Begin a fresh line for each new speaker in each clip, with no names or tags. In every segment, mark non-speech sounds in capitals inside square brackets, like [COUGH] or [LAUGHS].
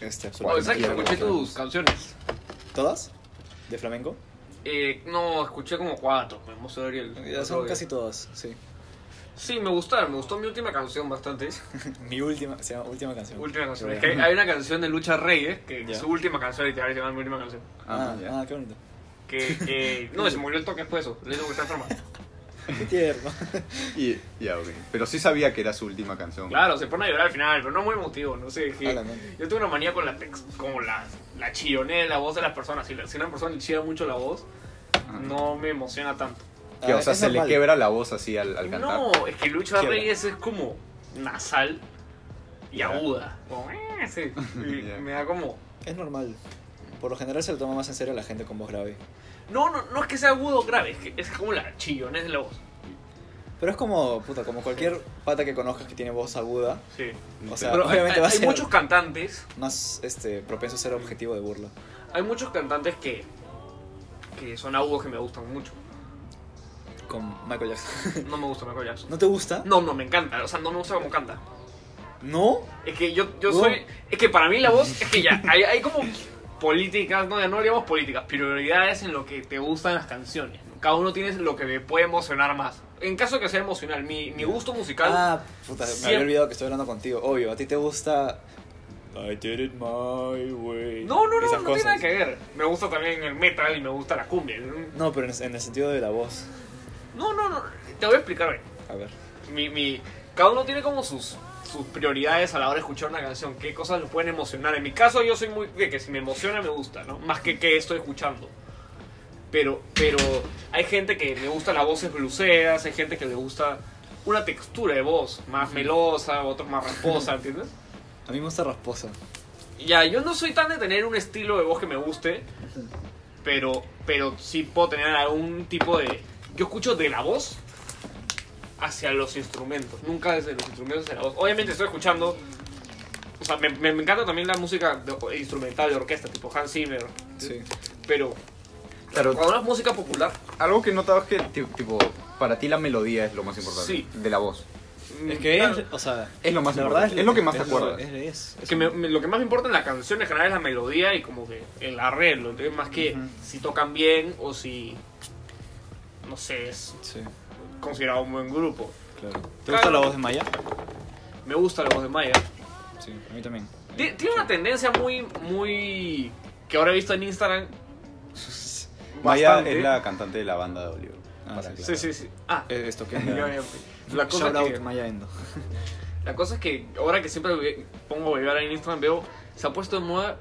Este,
O sea, que
absolutamente.
escuché tus canciones.
¿Todas? ¿De flamenco?
Eh, no, escuché como cuatro. Me emocionó el.
Ya
otro
son
día.
casi todas, sí. [LAUGHS]
Sí, me gustaron. Me gustó mi última canción bastante. [LAUGHS]
Mi última, se llama última canción.
Última canción.
Pero
Es que hay-
bueno.
hay una canción de Lucha Reyes, que
Ya.
es su última canción, literal, se llama mi última canción.
Ah,
ya.
ah, qué bonito.
Que,
[LAUGHS]
que- no, se murió el toque después de eso. Le digo que está enferma.
Qué
[LAUGHS]
tierno. [LAUGHS]
Y, ya, ok. Pero sí sabía que era su última canción.
Claro, se pone a llorar al final, pero no muy emotivo, no sé. que-
A Ah, la madre.
yo tengo una manía con la, tex- como la, la chillonera, la voz de las personas. Si, la- si una persona chilla mucho la voz,
Ajá.
no me emociona tanto.
Que,
Ah,
o sea,
es
se le
normal.
quebra la voz así al, al cantar.
No, es que Lucha
Quiebra.
Reyes es como nasal y
Ya.
aguda. Como, eh, sí. Y
Ya.
Me da como...
Es normal. Por lo general se lo toma más en serio la gente con voz grave.
No, no, no es que sea agudo o grave, es que es como la chillonez de la voz.
Pero es como, puta, como cualquier pata que conozcas que tiene voz aguda.
Sí.
O sea,
Pero hay,
obviamente va a
hay
ser
muchos cantantes,
más este, propenso a ser objetivo de burla.
hay muchos cantantes que, que son agudos que me gustan mucho.
Con Michael Jackson. [LAUGHS]
No me gusta Michael Jackson.
¿No te gusta?
No, no, me encanta. O sea, no me gusta cómo canta.
¿No?
Es que yo, yo
No.
soy... Es que para mí la voz es que ya, hay, hay como políticas, no, ya no haríamos políticas, prioridades en lo que te gustan las canciones. Cada uno tiene lo que le puede emocionar más. En caso de que sea emocional, mi, mi gusto musical...
Ah, puta, me
Siempre-
había olvidado que estoy hablando contigo. Obvio, a ti te gusta. I did it my way.
no, no, no,
Esas
no tiene nada
cosas.
que ver. Me gusta también el metal y me gusta la cumbia.
No, pero en, en el sentido de la voz.
No, no, no, te voy a explicar bien.
A ver.
mi, mi- cada uno tiene como sus, sus prioridades a la hora de escuchar una canción, qué cosas lo pueden emocionar. En mi caso yo soy muy de que si me emociona me gusta, ¿no? Más que qué estoy escuchando. Pero, pero hay gente que le gusta las voces bluseras, hay gente que le gusta una textura de voz más melosa, otros más rasposa, ¿entiendes?
A mí me gusta rasposa.
Ya, yo no soy tan de tener un estilo de voz que me guste, pero, pero sí puedo tener algún tipo de... Yo escucho de la voz hacia los instrumentos, nunca desde los instrumentos hacia la voz. Obviamente estoy escuchando... O sea, me, me- me encanta también la música de- instrumental de orquesta, tipo Hans Zimmer,
Sí.
pero
Claro,
cuando es música popular,
algo que notaba es que, ti- tipo, para ti la melodía es lo más importante.
Sí.
De la voz.
Es
mm,
que
claro,
es, o sea,
Es lo más
la verdad
importante.
es,
es, lo que más te
es lo-
acuerdas.
es- es- es-
que me- me- lo que más me importa en la canción en general es la melodía y como que el arreglo, entonces, más que
Ujú.
si tocan bien o si... No sé, es
Sí,
considerado un buen grupo.
claro. ¿Te
Claro.
gusta la voz de Maya?
Me gusta la voz de Maya.
Sí, a mí también.
Ti- Tiene una tendencia muy, muy... que ahora he visto en Instagram.
[LAUGHS] Maya
bastante.
es la cantante de la banda de Oliver.
Ah,
Para
sí.
aclarar.
Sí, sí, sí. Ah,
Eh, Esto que
[LAUGHS] ya, ya. la, cosa
Shout
es
out
que,
Maya Endo.
la cosa es que ahora que siempre ve- pongo a bailar en Instagram veo... Se ha puesto de moda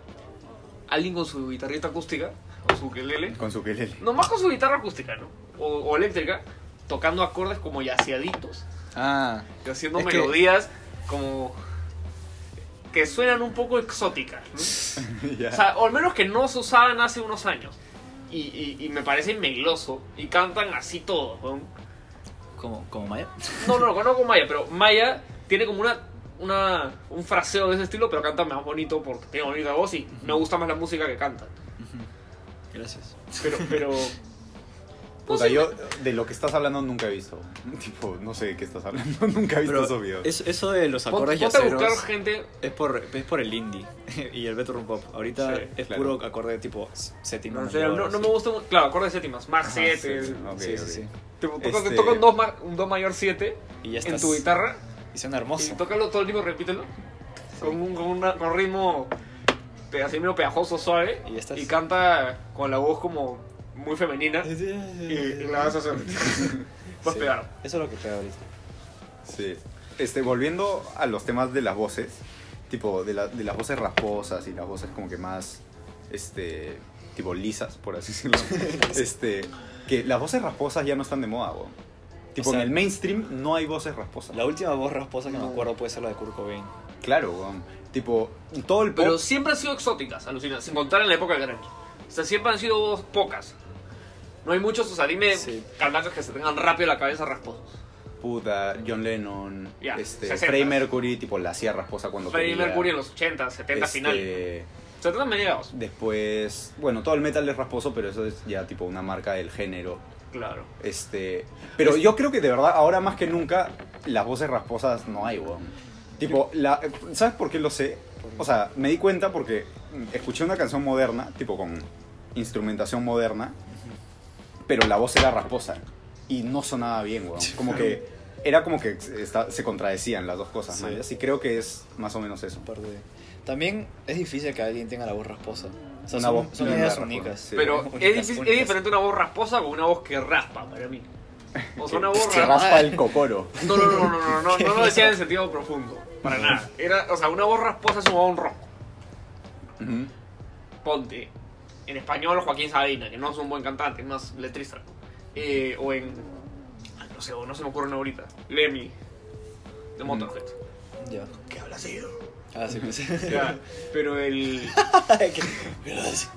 alguien con su guitarrita acústica o su ukelele.
Con su quelele.
Nomás con su guitarra acústica, ¿no? O, o eléctrica. Tocando acordes como yaceaditos.
Ah,
y haciendo
Es que-
melodías como... que suenan un poco exóticas, ¿no?
[LAUGHS] Ya.
O sea, o al menos que no se usaban hace unos años. Y, y, y me parece meloso. Y cantan así todo. weón.
¿como, como Maya?
No, no, conozco Maya, pero Maya tiene como una, una un fraseo de ese estilo, pero canta más bonito porque tiene bonita voz y me gusta más la música que canta.
Gracias.
Pero,
[LAUGHS]
pero. pues
Puta, yo de lo que estás hablando nunca he visto. [LAUGHS] Tipo, no sé de qué estás hablando. [LAUGHS] nunca he visto esos videos.
es- eso de los
Ponte,
acordes
ponte a buscar
yaceros
gente.
es por, es por el indie [LAUGHS] y el bedroom pop. Ahorita
Sí,
es
claro.
puro acorde tipo séptima.
No, sé, no- no me gusta. mu- Claro, acordes séptimas. Mar 7.
Ah, sí, no.
Sí,
Ok,
sí, sí.
ok.
Te, toca- te
Este-
toca un do, ma- un do mayor 7
Y ya
en
estás.
tu guitarra.
Y suena
Y
hermoso.
tócalo todo el tiempo, repítelo. Con un, con una- con ritmo pe- así medio pegajoso, suave.
Y ya estás.
canta con la voz como muy femenina. Y, y la vas a
[LAUGHS]
hacer. vas
Sí,
pegado.
Eso es lo que pega ahorita.
Sí. Este, volviendo a los temas de las voces, tipo de, la- de las voces rasposas y las voces como que más, este, tipo lisas, por así [LAUGHS] decirlo. este, que las voces rasposas ya no están de moda, weón. Tipo,
O sea,
en el mainstream no hay voces rasposas.
La última voz rasposa que me
No.
acuerdo puede ser la de Kurt Cobain.
Claro, weón. Tipo, todo el pop...
Oh.
Pero siempre han sido exóticas, alucinas. Sin contar en la época del grunge. O sea, siempre han sido voz pocas. No hay muchos, o sea, dime
Sí.
cantantes que se tengan rápido la cabeza rasposos.
Puta, John Lennon,
Ya,
este,
60s.
Freddie Mercury, tipo, la hacía rasposa cuando
Freddie
quería.
Mercury en los 80, 70
Este,
final. 70 mediados.
Después, bueno, todo el metal es rasposo, pero eso es ya tipo una marca del género.
Claro.
Este, pero yo creo que de verdad, ahora más que nunca, las voces rasposas no hay, weón. Tipo, la, ¿sabes por qué lo sé?
forma.
o sea, me di cuenta porque mm, escuché una canción moderna, tipo con instrumentación moderna, pero la voz era rasposa y no sonaba bien, weón. Como que era como que está- se contradecían las dos cosas,
Sí.
¿no? Y creo que es más o menos eso.
Un par de- También es difícil que alguien tenga la voz rasposa. O sea,
Una
son,
voz
son
linda,
ideas
rasposa,
únicas.
sí.
Pero
Únicas,
es, difícil-
únicas.
es diferente una voz rasposa con una voz que raspa para mí. O sea, una voz
Se
raspa.
raspa el cocoro.
No, no, no, no, no, no, no lo decía en sentido profundo. Para nada. Era, o sea, una voz rasposa es una voz rock.
Ujú.
Ponte. En español, Joaquín Sabina, que no es un buen cantante, es más letrista. Eh, o en. ay, No sé, o no se me ocurre una ahorita. Lemmy. De Motorhead.
Ya.
¿Qué habla así?
Ah, sí, pues. [LAUGHS]
Ya, pero el.
Gracias.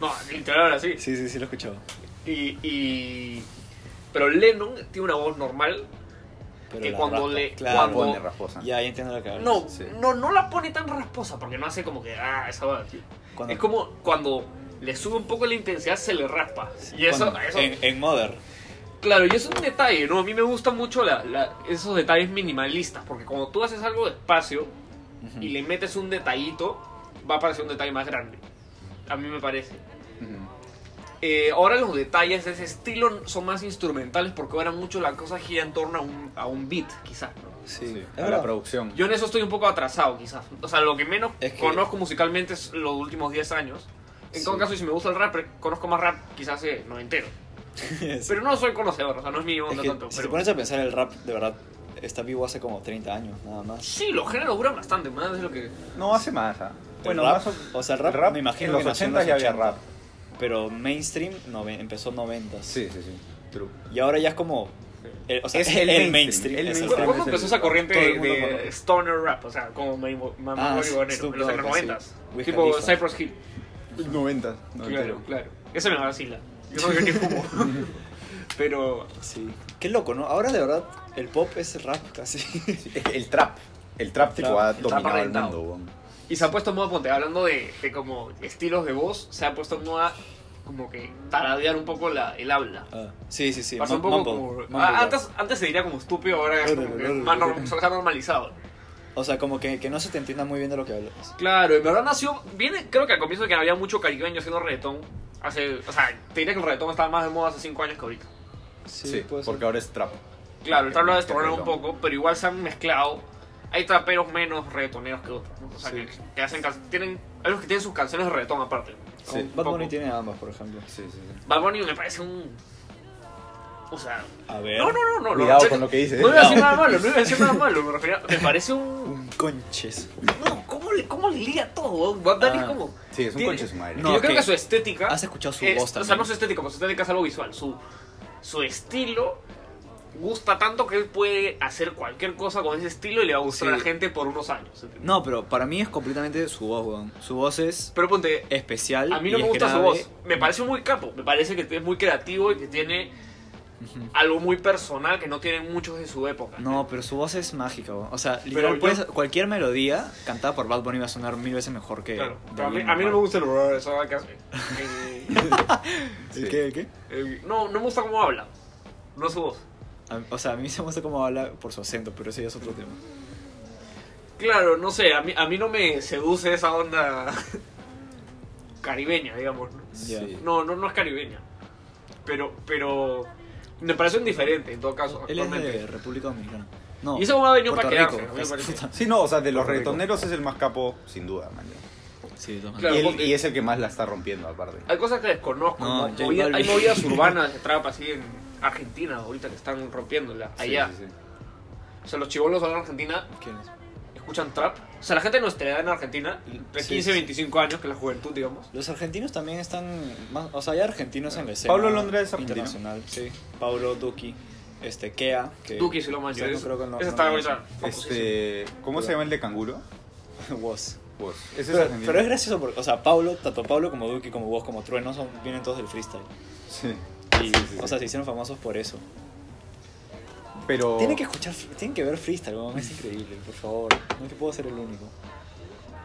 No, literal habla así.
sí, sí, sí, lo he escuchado.
Y, y. Pero Lennon tiene una voz normal
Pero
que
la
cuando
raspa,
le.
claro.
cuando-
Pone rasposa.
Ya, ya entiendo lo que hablas.
No,
Sí.
no, no la pone tan rasposa porque no hace como que. Ah, esa va.
Cuando-
Es como cuando le sube un poco la intensidad, se le raspa. Y eso.
Cuando- eh.
eso-
En, en Mother.
Claro, y es un detalle, ¿no? A mí me gustan mucho la- la- esos detalles minimalistas porque cuando tú haces algo despacio y le metes un detallito, va a parecer un detalle más grande. A mí me parece.
Ujú.
Eh, ahora los detalles de ese estilo son más instrumentales porque ahora mucho la cosa gira en torno a un, a un beat, quizás. ¿no?
Sí.
Sí,
Es
a la
verdad.
[LAUGHS] producción.
Yo en eso estoy un poco atrasado, quizás. O sea, lo que menos
Es que-
conozco musicalmente es los últimos 10 años. En
Sí.
todo caso, y si me gusta el rap, conozco más rap quizás eh, noventero.
Sí.
Pero no soy conocedor, o sea, no es mi
Es
onda
que
tanto.
si
pero-
te pones a pensar, el rap de verdad está vivo hace como 30 años, nada más.
Sí, los géneros duran bastante, más de lo que...
No hace más, ¿ah?
El
Bueno,
rap,
más o,
o sea, el rap, me imagino
en los
que nació
80 ya había rap.
Pero mainstream nove- empezó 90.
Sí, sí, sí. True.
Y ahora ya es como. el- o sea,
Es
es
el
el,
mainstream,
mainstream.
el
es el
mainstream.
Bueno,
mainstream.
¿Cuándo
es el-
empezó esa corriente
todo
de,
el mundo
de
conoce.
stoner rap? O sea, como Mambo
Ah,
Mambo Rigonero,
Snoop
en los años
Dogg, sí.
90.
Wiz
Tipo
Khalifa.
Cypress Hill.
90.
Claro, claro. Esa me vacila. Yo no veo
[LAUGHS]
ni fumo. Pero.
Sí. Qué loco, ¿no? Ahora de verdad el pop es el rap casi. [LAUGHS]
Es que el trap. El trap, tipo,
trap.
ha
El
trap
dominado el
reventado.
mundo, weón.
Y se ha puesto en moda, ponte, hablando de, de como estilos de voz, se ha puesto en moda como que taradear un poco la, el habla.
Ah, sí, sí, sí.
Pasa un
Mum-
poco
mumble,
como.
mumble
Ah,
rap.
antes, antes se diría como estúpido, ahora es como que
Claro,
más
claro.
norm- se ha normalizado.
O sea, como que, que no se te entienda muy bien de lo que hablas.
Claro, en verdad nació. Viene, creo que al comienzo que había mucho caribeño haciendo reggaetón. Hace, o sea, te diría que el reggaetón estaba más de moda hace 5 años que ahorita.
Sí,
Sí,
puede ser.
porque ahora es trap.
Claro, el trap lo ha destornado un
Reggaetón.
poco, pero igual se han mezclado. Hay traperos menos reggaetoneros que otros. ¿no? O sea,
Sí.
que, que hacen can- tienen Hay los que tienen sus canciones de reggaetón aparte.
Como
Sí.
Bad Bunny
Poco.
tiene ambas, por ejemplo.
Sí, sí, sí.
Bad Bunny me parece un. O sea.
A ver.
No, no, no, no. lo
Cuidado
respeto.
con lo que eh. dices.
No iba a decir nada malo, no iba a decir nada malo. Me refería.
[LAUGHS]
Me parece un.
Un conches.
No, ¿cómo le, cómo le liga todo? Bad Bunny es
Ah.
como.
Sí, es un
Tiene-
conche su madre.
que
No,
yo creo
que-
que su estética.
Has escuchado su
es-
voz
O
también.
sea, no su estética, pues su estética es algo visual. Su, su estilo gusta tanto que él puede hacer cualquier cosa con ese estilo y le va a gustar
Sí.
a la gente por unos años. ¿entiendes?
No, pero para mí es completamente su voz, weón. Su voz es
Pero ponte,
especial.
a mí no
y eh,
me
es
gusta su
grave.
voz. Me parece muy capo. Me parece que es muy creativo y que tiene algo muy personal que no tienen muchos de su época.
No, pero su voz es mágica, weón. O sea,
Pero
literal,
yo-
puedes- cualquier melodía cantada por Bad Bunny va a sonar mil veces mejor que.
Claro,
de
pero a mí,
alguien
a mí no me
normal.
gusta el eso que hace. [LAUGHS] Eh,
Sí.
¿El qué? ¿El qué?
eh, no, no me gusta cómo habla. No su voz.
A- o sea, a mí se me gusta cómo habla por su acento, pero ese ya es otro tema.
Claro, no sé, a mí, a mí no me seduce esa onda [LAUGHS] caribeña, digamos. ¿no?
Ya.
Sí.
No, no, no es caribeña. Pero, pero me parece un diferente en todo caso.
Él es de
Actualmente.
República Dominicana. No.
Y ese huevón ha venido
Puerto
para
Rico.
quedarse,
[LAUGHS]
a mí me parece.
Puta.
Sí, no, o sea, de los
Puerto Rico.
reggaetoneros es el más capo, sin duda, man.
Sí, de todas
Claro,
maneras.
y, el-
porque-
y es el que más la está rompiendo, aparte.
Hay cosas que desconozco.
No,
¿no?
J
Movida- hay
Balvin. [LAUGHS]
movidas urbanas de trap así en Argentina ahorita que están rompiéndola.
Sí,
Allá.
sí, sí.
O sea, los chivolos ahora en Argentina
¿Quién es?
escuchan trap. O sea, la gente de nuestra edad en Argentina, de
Sí,
15,
sí.
25 años, que es la juventud, digamos.
Los argentinos también están. Más, o sea, hay argentinos en la escena.
Pablo Londra es argentino.
Internacional, sí. Pablo Duki. Este, Kea. Que
Duki sí lo mancha.
Ustedes
es-
no creo que no-
ese
no
está
lo
ahorita.
conocen.
famosísimo.
Este, ¿Cómo se llama el de canguro?
[LAUGHS] Woz.
Vos. Ese es
Pero,
argentino.
pero es gracioso porque, o sea, Pablo, tanto Pablo como Duki, como Woz, como Trueno, son, vienen todos del freestyle.
Sí.
Y,
Sí, sí,
o
sí.
sea, se hicieron famosos por eso.
Pero.
Tienen que escuchar, tienen que ver freestyle, weón, es increíble, por favor. No es que puedo ser el único.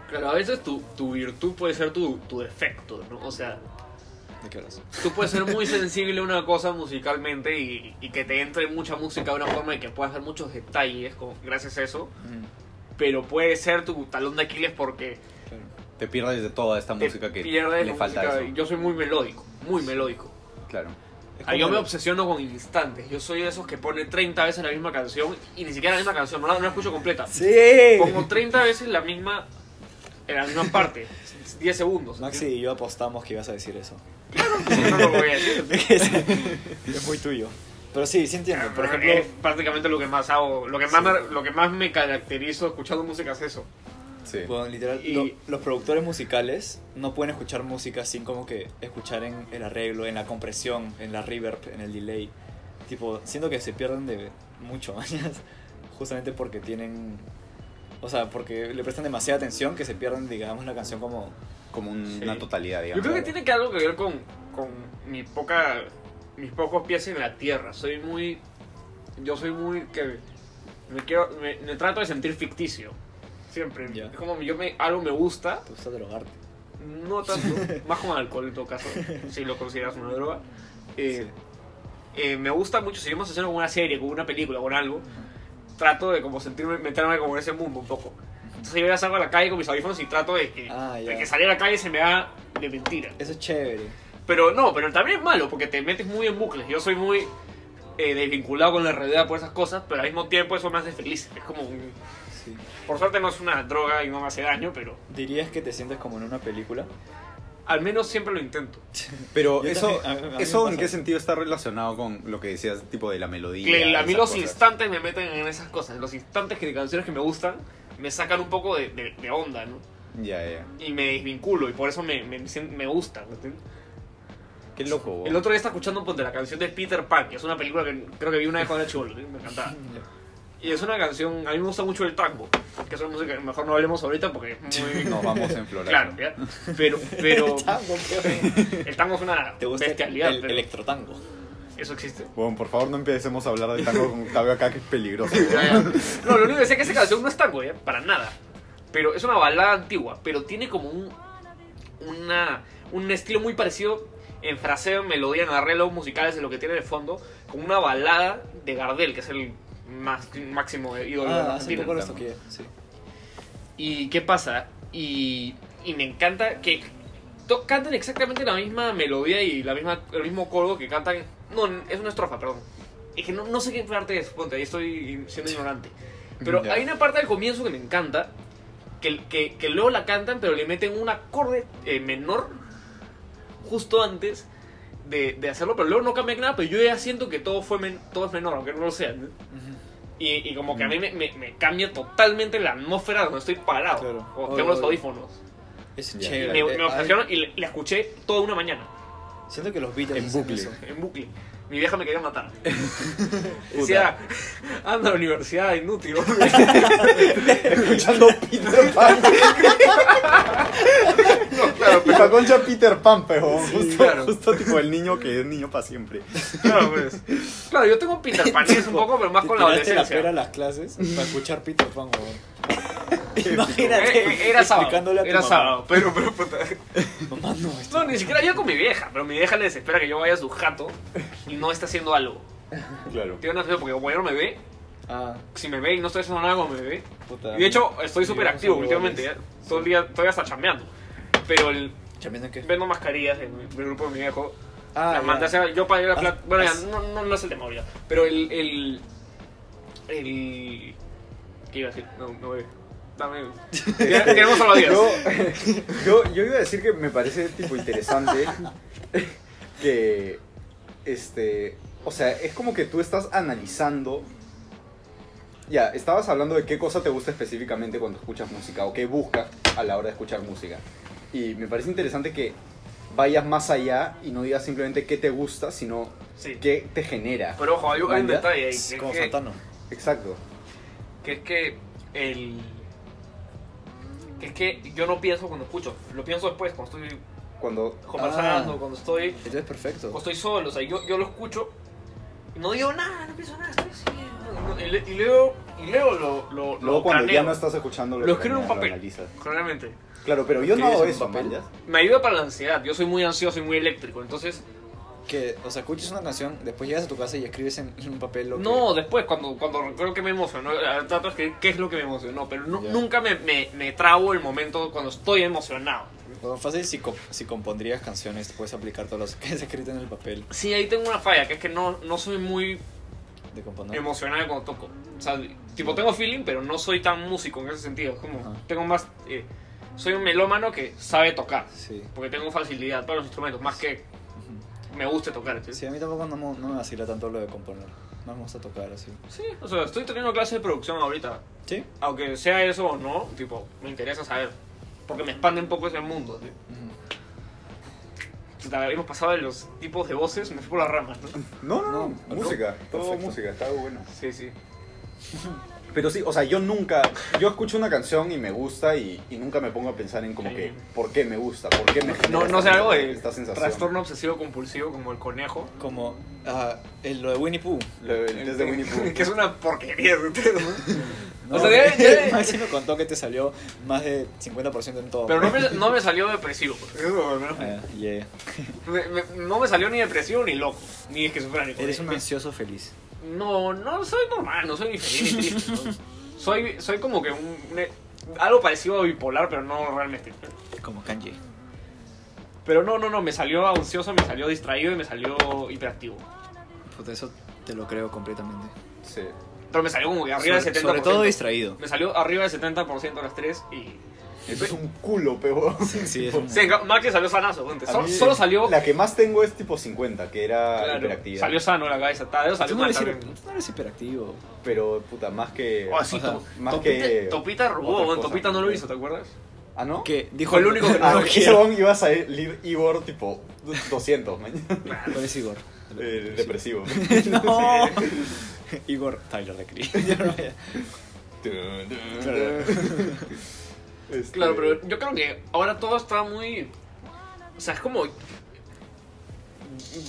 Claro, a veces tu, tu virtud puede ser tu, tu defecto, ¿no? O sea,
¿De qué hablas?
tú puedes
[LAUGHS]
ser muy sensible a una cosa musicalmente
Mm,
y, y que te entre mucha música de una forma y que puedas ver muchos detalles con, gracias a eso. pero puede ser tu talón de Aquiles porque
Te pierdes de toda esta
te
música que
pierdes
le
la
falta
Eh, música.
eso.
Yo soy muy melódico, muy melódico.
Claro.
Es
Ah, yo
como-
me obsesiono con instantes. Yo soy de esos que pone 30 veces la misma canción y ni siquiera la misma canción, no la, no la escucho completa.
Sí.
Pongo 30 veces la misma en la misma parte, 10 segundos.
Maxi y yo apostamos que ibas a decir eso.
No lo voy a
[LAUGHS]
decir.
es muy tuyo. Pero sí, sí entiendo. Por
es
ejemplo,
prácticamente lo que más hago, lo que más, me, lo que más me caracterizo escuchando música es eso.
Sí.
bueno, literal,
Y-
lo- los productores musicales no pueden escuchar música sin como que escuchar en el arreglo, en la compresión, en la reverb, en el delay. Tipo, siento que se pierden de mucho, [LAUGHS] mañas. Justamente porque tienen. O sea, porque le prestan demasiada atención que se pierden, digamos, la canción como.
Como un-
Sí.
una totalidad,
Yo
digamos.
creo que tiene que algo que ver con, con mi poca, mis pocos pies en la tierra. Soy muy, yo soy muy que me quiero, me, me trato de sentir ficticio siempre.
Ya.
Es como yo me, algo me gusta,
Te gusta drogarte. [LAUGHS]
no tanto, más con alcohol en todo caso, si lo consideras una droga. Eh, eh, me gusta mucho, si vemos haciendo una serie, con una película, con algo, trato de como sentirme, meterme como en ese mundo un poco. Entonces yo ya salgo a la calle con mis audífonos y trato de que,
Ah, ya.
de que salir a la calle se me haga de mentira.
Eso es chévere.
Pero no, pero también es malo porque te metes muy en bucles. Yo soy muy eh, desvinculado con la realidad por esas cosas, pero al mismo tiempo eso me hace feliz. Es como un-
Sí.
Por suerte no es una droga y no me hace daño, pero
¿Dirías que te sientes como en una película?
al menos siempre lo intento.
Pero
Yo
eso,
también- a- a mí me
eso en
pasa.
qué sentido está relacionado con lo que decías, tipo de la melodía.
Que a
esas
mí los
cosas?
instantes me meten en esas cosas. Los instantes que de canciones que me gustan me sacan un poco de, de- de onda, ¿no?
Ya, ya. ya.
Y me desvinculo y por eso me, me, me gusta. ¿me entiendes?
Qué loco, bo.
El otro día estaba escuchando ponte, la canción de Peter Pan, que es una película que creo que vi una vez cuando era chulo, me encantaba. Y es una canción, a mí me gusta mucho el tango, que es una música que mejor no hablemos ahorita porque es
[LAUGHS]
muy...
Nos vamos en florar.
Claro, ¿ya? Pero, pero
[LAUGHS] Tango, pues.
[LAUGHS] el tango es una
¿Te gusta el,
bestialidad,
el
pero
electrotango?
eso existe.
Bueno, por favor no empecemos a hablar de tango con Octavio acá, que es peligroso.
Ya, ya. No, lo único que sé es que esa canción no es tango, ¿ya? Para nada. Pero es una balada antigua, pero tiene como un, una, un estilo muy parecido en fraseo, en melodía, en arreglos musicales, de lo que tiene de fondo, como una balada de Gardel, que es el más, máximo ídolo de
Ah, hace
Argentina.
poco lo
tango.
toqué, sí.
¿Y qué pasa? Y, y me encanta que to- cantan exactamente la misma melodía y la misma, el mismo coro que cantan. No, es una estrofa, perdón. Es que no, no sé qué parte es, ponte, ahí estoy siendo ignorante. Pero
Ya.
hay una parte del comienzo que me encanta, que, que, que luego la cantan, pero le meten un acorde eh, menor justo antes de, de hacerlo, pero luego no cambian nada, pero yo ya siento que todo, fue men- todo es menor, aunque no lo sea. ¿no? Y, y como que a mí me, me- me cambia totalmente la atmósfera donde estoy parado.
Claro.
O
Obvio,
tengo los
obvio.
audífonos.
Es
Ya.
Y
chévere.
me,
Eh,
me
ay,
obsesiono y la- la escuché toda una mañana,
Siento que los Beatles
En
hacen
bucle.
eso. [LAUGHS]
en bucle. Mi vieja me quería matar. [LAUGHS] Decía, anda a la universidad,
[LAUGHS]
inútil. hombre".
Escuchando Peter Pan.
No, [LAUGHS] claro, pero-
La concha Peter Pan, pero justo,
claro.
justo tipo el niño que es niño para siempre.
claro, pues. Claro, yo tengo Peter Pan, es un poco, pero más
Te
con la
tiraste la pera
adolescencia.
a las clases [LAUGHS] para escuchar Peter Pan, weón. [LAUGHS]
Eh, eh, Era sábado,
explicándole a tu
era
mamá.
sábado, pero, pero, puta.
Mamá, no, esto-
No, ni siquiera yo con mi vieja, pero mi vieja le desespera que yo vaya a su jato y no está haciendo algo.
Claro.
Tiene una fiebre porque como ya no me ve,
Ah,
si me ve y no estoy haciendo nada como me ve.
puta.
Y de hecho, estoy
Sí,
súper
vamos
activo
a
últimamente,
lugares.
ya. todo el día, todavía está chambeando. Pero el,
¿Chambeando en qué?
vendo mascarillas del, del grupo de mi viejo.
Ah,
las
ya.
mandé a hacer- yo pagué la
Ah,
plata. Bueno, ya,
ah,
no, no, no es el tema ahorita. Pero el, el. El. ¿Qué iba a decir? No, no, eh. Dame.
[LAUGHS]
Ya, Tenemos solo 10. [LAUGHS]
Yo, yo, yo iba a decir que me parece tipo interesante [LAUGHS] que este, o sea, es como que tú estás analizando ya, estabas hablando de qué cosa te gusta específicamente cuando escuchas música o qué buscas a la hora de escuchar música. Y me parece interesante que vayas más allá y no digas simplemente qué te gusta, sino
Sí.
qué te genera.
Pero ojo, hay un hay un
¿Ya?
detalle ahí.
Es
que
como
es que-
Fantano.
Exacto.
que es que el que es que yo no pienso cuando escucho lo pienso después cuando estoy
Cuando
conversando
Ah.
cuando estoy
Entonces,
cuando
perfecto.
estoy solo o sea yo, yo lo escucho y no digo nada no pienso nada estoy así no, no, y, le- y leo y leo lo lo,
luego
lo
cuando ya
planeo,
no estás escuchando
Lo escribo en un
planeas,
papel.
analizas.
claramente
Claro, pero yo no
¿Escribes
hago
en
eso,
papel?
¿manjas?
me ayuda para la ansiedad yo soy muy ansioso y muy eléctrico entonces
que, o sea, escuches una canción, después llegas a tu casa y escribes en, en un papel lo que-
No, después, cuando, cuando recuerdo que me emocionó, eh, trato de escribir qué es lo que me emocionó, pero nu-
Ya.
nunca me, me, me trago el momento cuando estoy emocionado.
Bueno, fácil si, co- si compondrías canciones, puedes aplicar todo lo que [LAUGHS] es escrito en el papel
Sí, ahí tengo una falla, que es que no, no soy muy
de componer.
emocionado cuando toco. O sea, tipo, tengo feeling, pero no soy tan músico en ese sentido. Es como,
Ajá.
tengo más... eh, soy un melómano que sabe tocar,
Sí.
porque tengo facilidad para los instrumentos, más que
Ujú.
me guste tocar. ¿sí?
Sí, a mí tampoco no, me- no me vacila tanto lo de componer. No me gusta tocar así.
Sí, o sea, estoy teniendo clases de producción ahorita.
¿Sí?
Aunque sea eso o no, tipo, me interesa saber. Porque me expande un poco ese mundo. ¿sí?
Ujú.
Puta, Hemos pasado de los tipos de voces, me fui por las ramas,
[LAUGHS]
¿no?
No, no, no,
No,
música,
no,
todo
perfecto.
música, está bueno.
Sí, sí.
Pero sí, o sea, yo nunca, yo escucho una canción y me gusta y, y nunca me pongo a pensar en como que, ¿por qué me gusta? ¿Por qué me genera
No, no
esta-
sé algo de
esta sensación?
trastorno obsesivo compulsivo como el conejo.
Como ah, el- lo de Winnie Pooh.
Lo- el test de Winnie
[LAUGHS]
Pooh.
que es una porquería de ustedes, ¿no?
No,
O sea, debe-
[LAUGHS]
debe-
Maxi me contó que te salió más de 50% en todo.
Pero no me, no me salió depresivo. Eso, al menos,
Ah, yeah.
me- me- no me salió ni depresivo ni loco, ni esquizofrénico.
Eres un
Me-
ansioso feliz.
No, no soy normal, no soy ni feliz ni
[LAUGHS]
triste. ¿no? Soy, soy como que un, un- algo parecido a bipolar, pero no realmente.
Como Kanji.
Pero no, no, no, me salió ansioso, me salió distraído y me salió hiperactivo.
Por eso te lo creo completamente.
Sí.
Pero me salió como que arriba
sobre,
del 70%.
sobre todo
[LAUGHS]
Ah. distraído.
Me salió arriba del 70% de las tres y...
Eso es un culo, peor.
Sí, es un-
[LAUGHS] Sí, en ca- Max salió sanazo, ponte.
A
Sol-
mí,
solo salió...
La que más tengo es tipo 50, que era
Claro,
hiperactividad.
salió sano la cabeza. Tadeo
Tú
salió
no
mal
eres, hiper-
también.
no eres hiperactivo.
Pero, puta, más que...
Oh, sí,
O sea,
to-
más
Topita,
que
Topita robó,
otra
bueno,
cosa.
Topita no lo hizo, ¿te acuerdas?
¿Ah, no?
Que dijo
Fue el único que
no
[LAUGHS]
Ah,
lo
que
quiero. [LAUGHS]
Iván iba a salir Igor tipo 200, [LAUGHS] mañana.
¿Cuál es Igor?
El depresivo.
[LAUGHS] No. Igor Tyler de Cree.
[LAUGHS]
[LAUGHS] Este,
Claro, pero yo creo que ahora todo está muy... O sea, es como...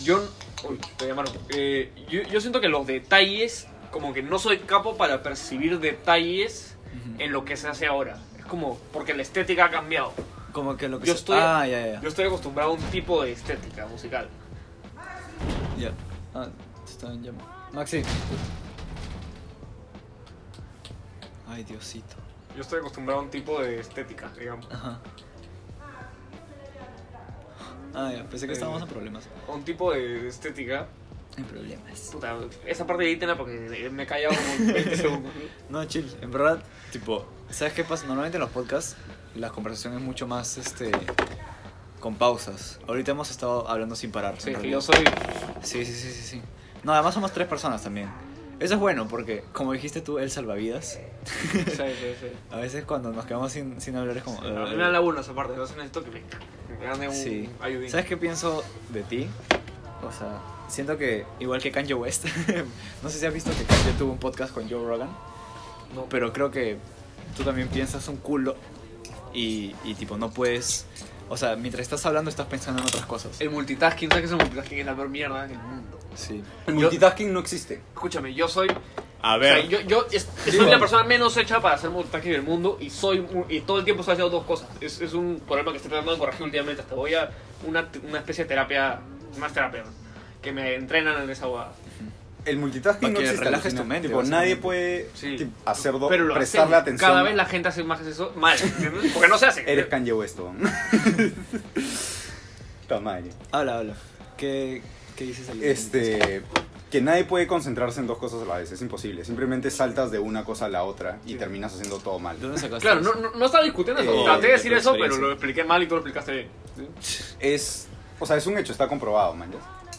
Yo... Uy, te llamaron. Eh, yo, yo siento que los detalles... Como que no soy capo para percibir detalles en lo que se hace ahora. Es como... Porque la estética ha cambiado.
Como que lo que
Yo
se-
estoy-
Ah, ya, ya, ya.
Yo estoy acostumbrado a un tipo de estética musical.
Ya. Ah, te están llamando. Maxi. Ay, Diosito.
Yo estoy acostumbrado a un tipo de estética, digamos.
Ajá. Ah, ya. Pensé que
Eh.
estábamos en problemas.
A un tipo de estética.
En problemas.
Puta, esa parte edítela porque me he callado
[LAUGHS]
como 20 segundos.
No, chill. En verdad, tipo, ¿sabes qué pasa? Normalmente en los podcasts las conversaciones mucho más, este, con pausas. Ahorita hemos estado hablando sin parar. en
Sí, que
realidad. [LAUGHS]
yo soy...
Sí, sí, sí, sí, sí. No, además somos tres personas también. Eso es bueno porque, como dijiste tú, el salvavidas.
Sí, sí, sí.
A veces cuando nos quedamos sin, sin hablar es como...
A mí
"Ugh".
me da la una esa parte, entonces necesito que me, me gane un
Eh, Sí.
ayudín.
¿Sabes qué pienso de ti? O sea, siento que igual que Kanye West, [LAUGHS] no sé si has visto que Kanye tuvo un podcast con Joe Rogan,
No, pero
pero creo que tú también piensas un culo y, y tipo no puedes... O sea, mientras estás hablando estás pensando en otras cosas.
el multitasking, ¿sabes qué es el multitasking? Es la peor mierda en el mundo.
Sí.
El multitasking no existe.
Escúchame, yo soy...
A
O sea, yo, yo es- soy la persona menos hecha para hacer multitasking del mundo y soy un- y todo el tiempo estoy haciendo dos cosas. Es, es un problema que estoy tratando de corregir últimamente. Hasta voy a una, una especie de terapia, más terapia, ¿no? que me entrenan en esa hueá.
El multitasking
Para
no
que
existe.
relajes
alucina.
tu mente,
Tipo, nadie
básicamente.
puede
Sí.
tipo, hacer dos,
Pero lo
prestarle
hacen.
atención.
Cada vez la gente hace más eso mal, ¿entiendes? porque no se hace.
Eres Kanye
[LAUGHS]
West, weón. Puta madre.
Habla, habla. ¿Qué, qué dices ahí?
Este... Que nadie puede concentrarse en dos cosas a la vez, es imposible. Simplemente saltas de una cosa a la otra y
Sí.
terminas haciendo todo mal.
¿De dónde sacaste
Claro,
eso?
no, no, no estaba discutiendo eso.
Eh,
Traté de
de
decir
tu
eso, pero
experiencia.
lo expliqué mal y tú lo explicaste bien. ¿sí?
Es... O sea, es un hecho, está comprobado, man. ya.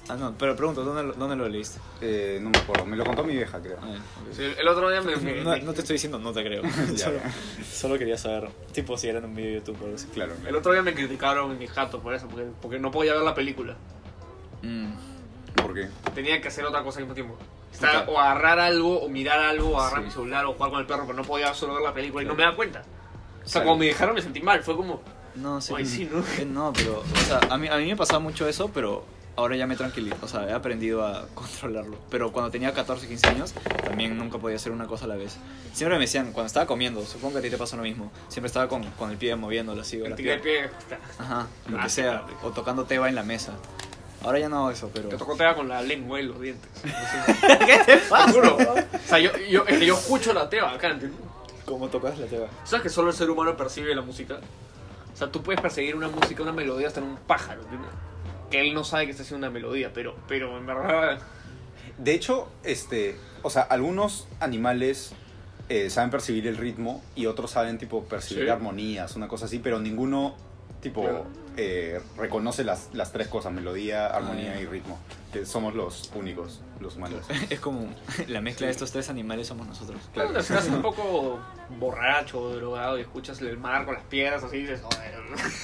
Ah, no, pero pregunto, ¿dónde, lo- dónde lo leíste?
Eh, no me acuerdo, me lo contó mi vieja, creo.
Ah, ok.
Sí, el otro día me. me-
No,
me-
no te estoy diciendo, no te [LAUGHS] creo.
Ya,
solo,
ya.
solo quería saber, tipo, si era en un video de YouTube o algo así.
Claro,
El
claro.
otro día me criticaron en mi jato por eso, porque, porque no podía ver la película.
Mm,
¿Por qué?
Tenía que hacer otra cosa al mismo tiempo. Estaba-
Ok.
O agarrar algo, o mirar algo, o agarrar
Sí.
mi celular, o jugar con el perro, pero no podía solo ver la película y no me da cuenta. O sea,
Claro.
cuando me dejaron me sentí mal, fue como.
No, sí.
Ay, sí, ¿no?
Eh, no, pero, o sea, a mí, a mí me pasaba mucho eso, pero ahora ya me tranquilizo. O sea, he aprendido a [LAUGHS] controlarlo. Pero cuando tenía 14, 15 años, también nunca podía hacer una cosa a la vez. Siempre me decían, cuando estaba comiendo, supongo que a ti te pasó lo mismo. Siempre estaba con, con el pie moviéndolo así, o la
Tiré
pierna.
pie.
Ajá, lo
Ah,
que
sí,
sea.
claro.
O tocando teba en la mesa. Ahora ya no hago eso, pero.
Te tocó teba con la lengua y los dientes.
[LAUGHS] ¿Qué te
Te juro. O sea, yo, yo, es que yo escucho la teba acá, ¿entiendes?
¿Cómo tocas la teba? [LAUGHS]
¿Sabes que solo el ser humano percibe la música? O sea, tú puedes perseguir una música, una melodía hasta en un pájaro, ¿entiendes? Que él no sabe que está haciendo una melodía, pero, pero en verdad...
De hecho, este, o sea, algunos animales eh, saben percibir el ritmo y otros saben tipo percibir
Sí.
armonías, una cosa así, pero ninguno tipo
Claro.
eh, reconoce las, las tres cosas, melodía, armonía
ya.
y ritmo, que somos los únicos, los humanos.
Es como [LAUGHS] la mezcla de estos tres animales somos nosotros.
Claro.
Claro, si estás un poco borracho, drogado y escuchas el mar con las piedras así, dices, joder.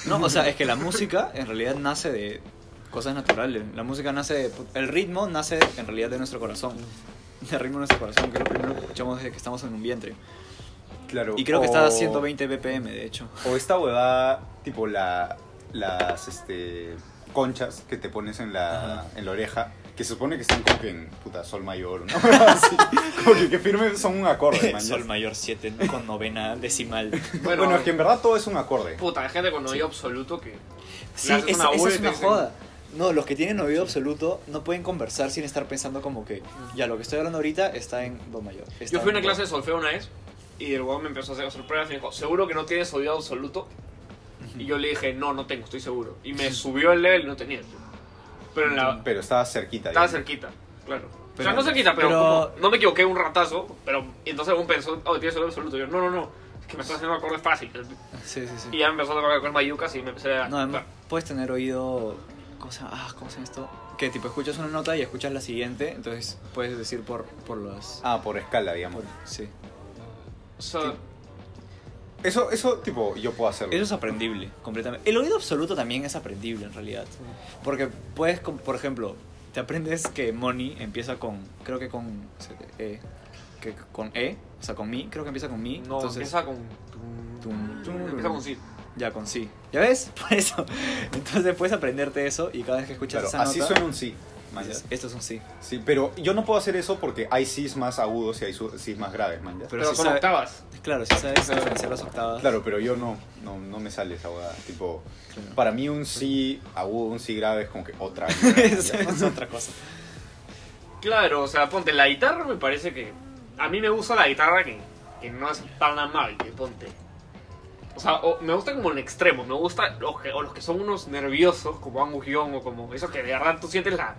No, o sea, es que la música en realidad nace de cosas naturales. La música nace de... El ritmo nace en realidad de nuestro corazón. El ritmo de nuestro corazón, que es lo primero que escuchamos desde que estamos en un vientre.
[LAUGHS] Claro.
Y creo que
Oh.
está a
o-
120 BPM, de hecho.
O esta huevada, tipo la, las este, conchas que te pones en la,
Ajá.
en la oreja, que se supone que están como que en puta, sol mayor, ¿no? [LAUGHS] Así, como que, que firmes son un acorde,
[LAUGHS]
man.
Sol mayor 7 ¿no? con novena
[LAUGHS]
decimal.
Bueno, es que en verdad todo es un acorde.
Puta, hay gente con oído absoluto que...
Sí,
haces
es,
una
esa
vuelta
es
y
una
dicen-
joda. No, los que tienen oído absoluto no pueden conversar sin estar pensando como que ya lo que estoy hablando ahorita está en do mayor. está
Mm. Yo fui a
en
una
do.
clase de solfeo una vez y el huevón me empezó a hacer hacer pruebas y me dijo, ¿seguro que no tienes oído absoluto? Y yo le dije, no, no tengo, estoy seguro. Y me subió el level y no tenía. Pero en la,
Pero estaba cerquita.
estaba
digamos.
cerquita, claro.
Pero-
o sea, no cerquita, pero,
pero-
como, no me equivoqué un ratazo. Pero y entonces un pensó, oh, tienes oído absoluto. Y yo, no, no, no, es que me estás haciendo acordes fáciles.
Sí, sí, sí.
Y ya me empezó a tocar con mayucas y me empecé
Ah,
a...
No, además,
claro.
puedes tener oído. ¿Cómo se llama? Ah, ¿cómo se llama esto? Que tipo escuchas una nota y escuchas la siguiente, entonces puedes decir por, por las.
Ah, por escala, digamos.
por- sí.
O sea,
Eso, eso, tipo, yo puedo hacerlo.
Eso es aprendible, completamente. El oído absoluto también es aprendible en realidad. Porque puedes, com- por ejemplo, te aprendes que Money empieza con. Creo que con. E. Que con E, o sea, con mi, creo que empieza con mi.
no,
entonces,
empieza con...
Tum, tum,
empieza con sí.
Ya, con sí. ¿Ya ves? [LAUGHS] Por eso. Entonces puedes aprenderte eso y cada vez que escuchas
Claro,
esa
así
nota.
suena un sí. man, ya.
dices, Esto es un sí.
Sí, pero yo no puedo hacer eso porque hay sís más agudos y hay su- sís más graves, man. ya.
Pero
Pero
sí
son
sabe-
octavas.
Claro, si sabes diferenciar las octavas.
Claro, pero yo no, no, no me sale esa huevada. Tipo,
Claro.
para mí un sí agudo, un sí grave es como que
[LAUGHS]
otra.
es,
[LAUGHS]
Ya.
es otra cosa. [LAUGHS]
Claro, o sea, ponte, la guitarra me parece que... A mí me gusta la guitarra que, que no es tan amable, ponte. O sea, o- me gusta como el extremo, me gusta los que, o los que son unos nerviosos, como Angus Young o como esos que de verdad tú sientes la,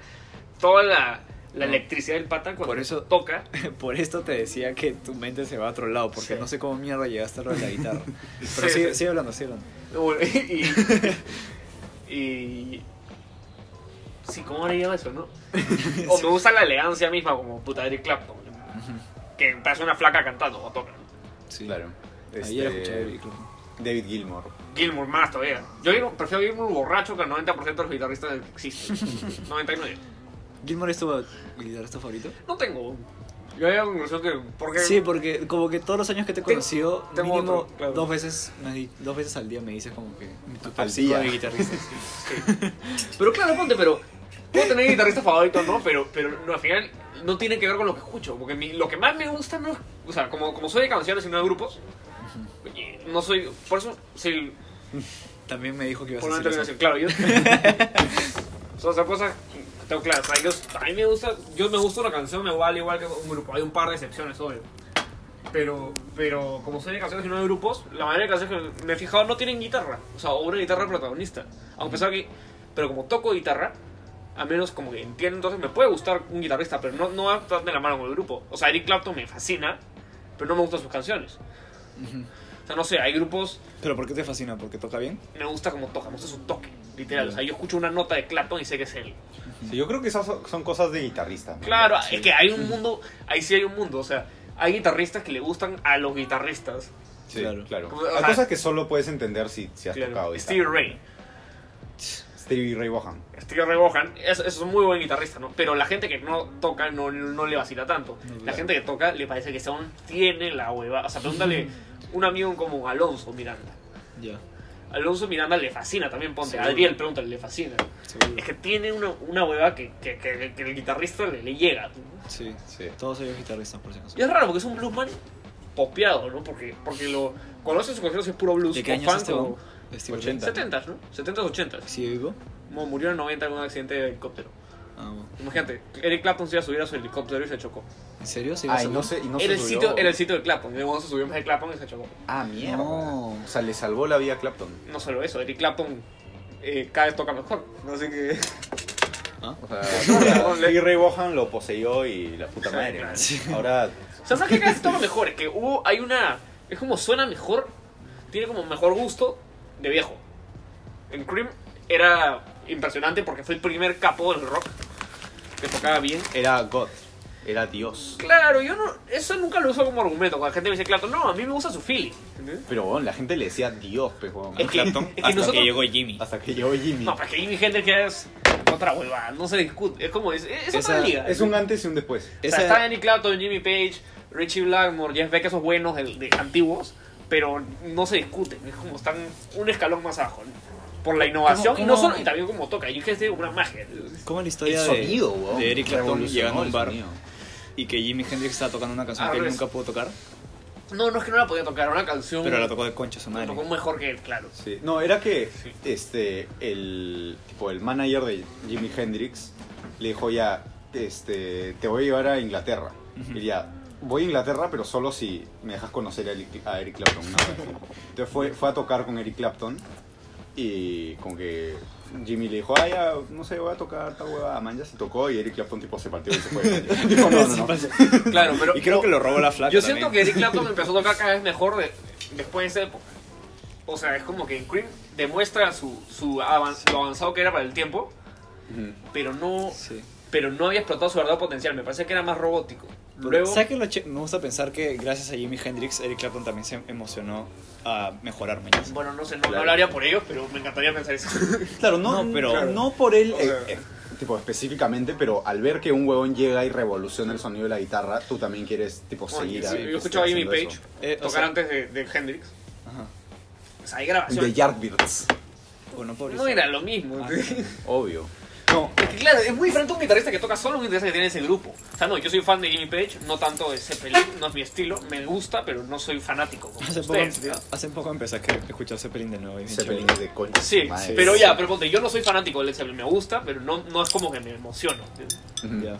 toda la, la electricidad del pata cuando
Por eso-
toca. [LAUGHS]
Por esto te decía que tu mente se va a otro lado, porque
Sí.
no sé cómo mierda llegaste a lo de la guitarra.
[LAUGHS] Sí,
Pero sigue,
sí.
sigue hablando, sigue hablando.
y, y- Sí, ¿cómo le llama
[LAUGHS]
eso, no? O me gusta la elegancia misma, como puta Eric Clapton, que parece una flaca cantando o toca.
Sí.
Claro.
Ayer
Este,
escuché Eric Clapton.
David Gilmour.
Gilmour más todavía. Yo digo- prefiero Gilmour borracho que el 90% de los guitarristas que existen. 99.
¿Gilmore es tu guitarrista favorito?
No tengo. Yo había conclusión que. Porque
Sí, porque como que todos los años que te he conocido,
tengo
mínimo
otro, claro.
dos, veces, me di- dos veces al día me dices como que tu top
Al
cinco
día.
de guitarristas.
[LAUGHS] Pero claro, ponte, pero. Puedo tener guitarrista favorito, ¿no? Pero, pero no, al final no tiene que ver con lo que escucho. Porque mi- lo que más me gusta no es. O sea, como, como soy de canciones y no de grupos. y No soy. Por eso. Sí,
También me dijo que ibas
por
a
una
decir eso.
terminación. Claro, yo. [LAUGHS] Son esas cosas. que Tengo claras. O sea, yo- a mí me gusta. Yo me gusta una canción, me vale igual que un grupo. Hay un par de excepciones, obvio. Pero, pero como soy de canciones y no de grupos, la mayoría de canciones que me he fijado no tienen guitarra. O sea, o una guitarra protagonista. Aunque pesar que. Pero como toco guitarra, a menos como que entiendo, entonces me puede gustar un guitarrista, pero no, no va tan de la mano con el grupo. O sea, Eric Clapton me fascina, pero no me gustan sus canciones.
Ujú.
O sea, no sé, hay grupos
¿Pero por qué te fascina? ¿Porque toca bien?
me gusta como toca, me gusta su toque, literal. O sea, yo escucho una nota de Clapton y sé que es él.
Sí, yo creo que esas son- son cosas de guitarrista. man, ya.
Claro,
Sí.
es que hay un mundo, ahí sí hay un mundo, o sea, hay guitarristas que le gustan a los guitarristas.
Sí,
Claro.
claro.
Como, o
Hay
sea-
cosas que solo puedes entender si, si has tocado
Claro.
guitarra.
Stevie Ray,
Stevie Ray Vaughan.
Stevie Ray Vaughan, es, es un muy buen guitarrista, ¿no? Pero la gente que no toca no, no le vacila tanto.
No,
La
claro.
gente que toca le parece que son, tiene la hueva. O sea,
[LAUGHS]
pregúntale un amigo como Alonso Miranda.
Ya,
Alonso Miranda le fascina también, ponte.
Seguro.
Adriel, pregúntale, le fascina.
seguro.
Es que tiene una, una hueva que, que, que- que el guitarrista le, le llega.
Sí.
Sí.
Todos ellos guitarristas, por si acaso.
Y es raro porque es un bluesman popeado, ¿no? Porque, porque lo conoces su concierto si es puro blues.
¿De qué
o
año es
funk
este
o-
huevón? Steve
80.
70, ¿no? 70, 80.
Irwin. ¿Sigue vivo?
Mo- Murió en 90 con un accidente de helicóptero.
Ah, bueno.
Imagínate, Eric Clapton se iba a subir a su helicóptero y se chocó.
¿En serio? ¿Se iba a
Ay,
salvar?
no sé, y no
era,
se
el
subió.
sitio, era el sitio de Clapton. Y luego se subió más de Clapton y se chocó.
Ah, mierda.
No.
O sea, le salvó la vida a Clapton.
No solo eso, Eric Clapton eh, cada vez toca mejor. Así que.
¿Ah?
O
[LAUGHS]
sea, Stevie Ray Vaughan lo poseyó y la puta
Sí,
madre.
claro.
man. Ahora,
O sea, más que cada vez toca mejor. Es que hubo, hay una. Es como suena mejor. Tiene como mejor gusto de viejo. En Cream era impresionante porque fue el primer capo del rock que tocaba bien.
era God. Era Dios.
Claro, yo no. Eso nunca lo uso como argumento. Cuando la gente me dice, Clapton, no, a mí me gusta su feeling. ¿Entiendes?
Pero bueno, la gente le decía Dios, pues, weón.
Es que-
Clapton,
es que
hasta
nosotros-
que llegó Jimmy.
Hasta que llegó Jimmy.
No, para que hay gente que es otra huevada, no se discute. Es como, es, es otra
Esa-
liga.
Es un antes y un después.
O sea, está Danny Clapton, Jimmy Page, Richie Blackmore, Jeff Beck, esos buenos de, de antiguos, pero no se discuten. Es como están un escalón más abajo. ¿no? Por la innovación y no
cómo-
solo, y también como toca. Y es que es de una magia.
¿Cómo la historia
El
de,
sonido, weón.
de Eric Clapton
Revolucionó
llegando a un
el
bar
sonido.
y que Jimi Hendrix estaba tocando una canción
Ah,
que él
res.
nunca pudo tocar,
No, no es que no la podía tocar, era una canción.
pero la tocó de concha su
la
madre? [LAUGHS]
tocó mejor que él, claro.
Sí. No, era que
Sí.
este el tipo el manager de Jimi Hendrix le dijo ya este te voy a llevar a Inglaterra.
Ujú.
Y ya voy a Inglaterra, pero solo si me dejas conocer a Eric, a Eric Clapton. una vez". Entonces fue fue a tocar con Eric Clapton y como que Jimmy le dijo, ah, ya, no sé, voy a tocar tal hueva a Manjas y tocó y Eric Clapton tipo se partió y se fue. [LAUGHS] Dijo, no, no,
[LAUGHS]
no.
Claro, pero.
Y creo que lo robó la flaca
Yo siento que
también. [LAUGHS]
Eric Clapton empezó a tocar cada vez mejor de- después de esa época. O sea, es como que en Cream demuestra su, su avan- lo avanzado que era para el tiempo,
Ujú.
pero no,
Sí.
pero no había explotado su verdadero potencial. Me parece que era más robótico.
Pero,
Luego,
Mm. ¿sabes qué es lo che- Me gusta pensar que gracias a Jimi Hendrix, Eric Clapton también se emocionó a mejorar mañana.
bueno, no sé, no,
Claro.
no hablaría por ellos, pero me encantaría pensar eso.
Claro, no,
No, pero-
claro. no por él,
O sea-
eh, eh, tipo específicamente, pero al ver que un huevón llega y revoluciona el sonido de la guitarra, tú también quieres tipo
Bueno,
seguir.
yo-
a-
yo escuchaba a Jimmy
haciendo
Page
eso.
Eh, o
tocar
sea-
antes de, de Hendrix.
Ajá.
O sea, hay
De
grabaciones.
Yardbirds,
Bueno, pobre.
No era lo mismo. [LAUGHS]
Ah,
obvio. No,
Es que, claro, es muy diferente un guitarrista que toca solo un guitarrista que tiene ese grupo. O sea, no, yo soy fan de Jimmy Page, no tanto de Zeppelin, no es mi estilo, me gusta, pero no soy fanático como
Hace poco,
ustedes. ¿no?
hace poco empecé a que- escuchar Zeppelin de nuevo. y bien
Zeppelin
chévere.
de concha.
Sí,
madre.
pero ya, pero ponte, yo no soy fanático de Led Zeppelin, me gusta, pero no, no es como que me emociono.
Ujú.
Ya.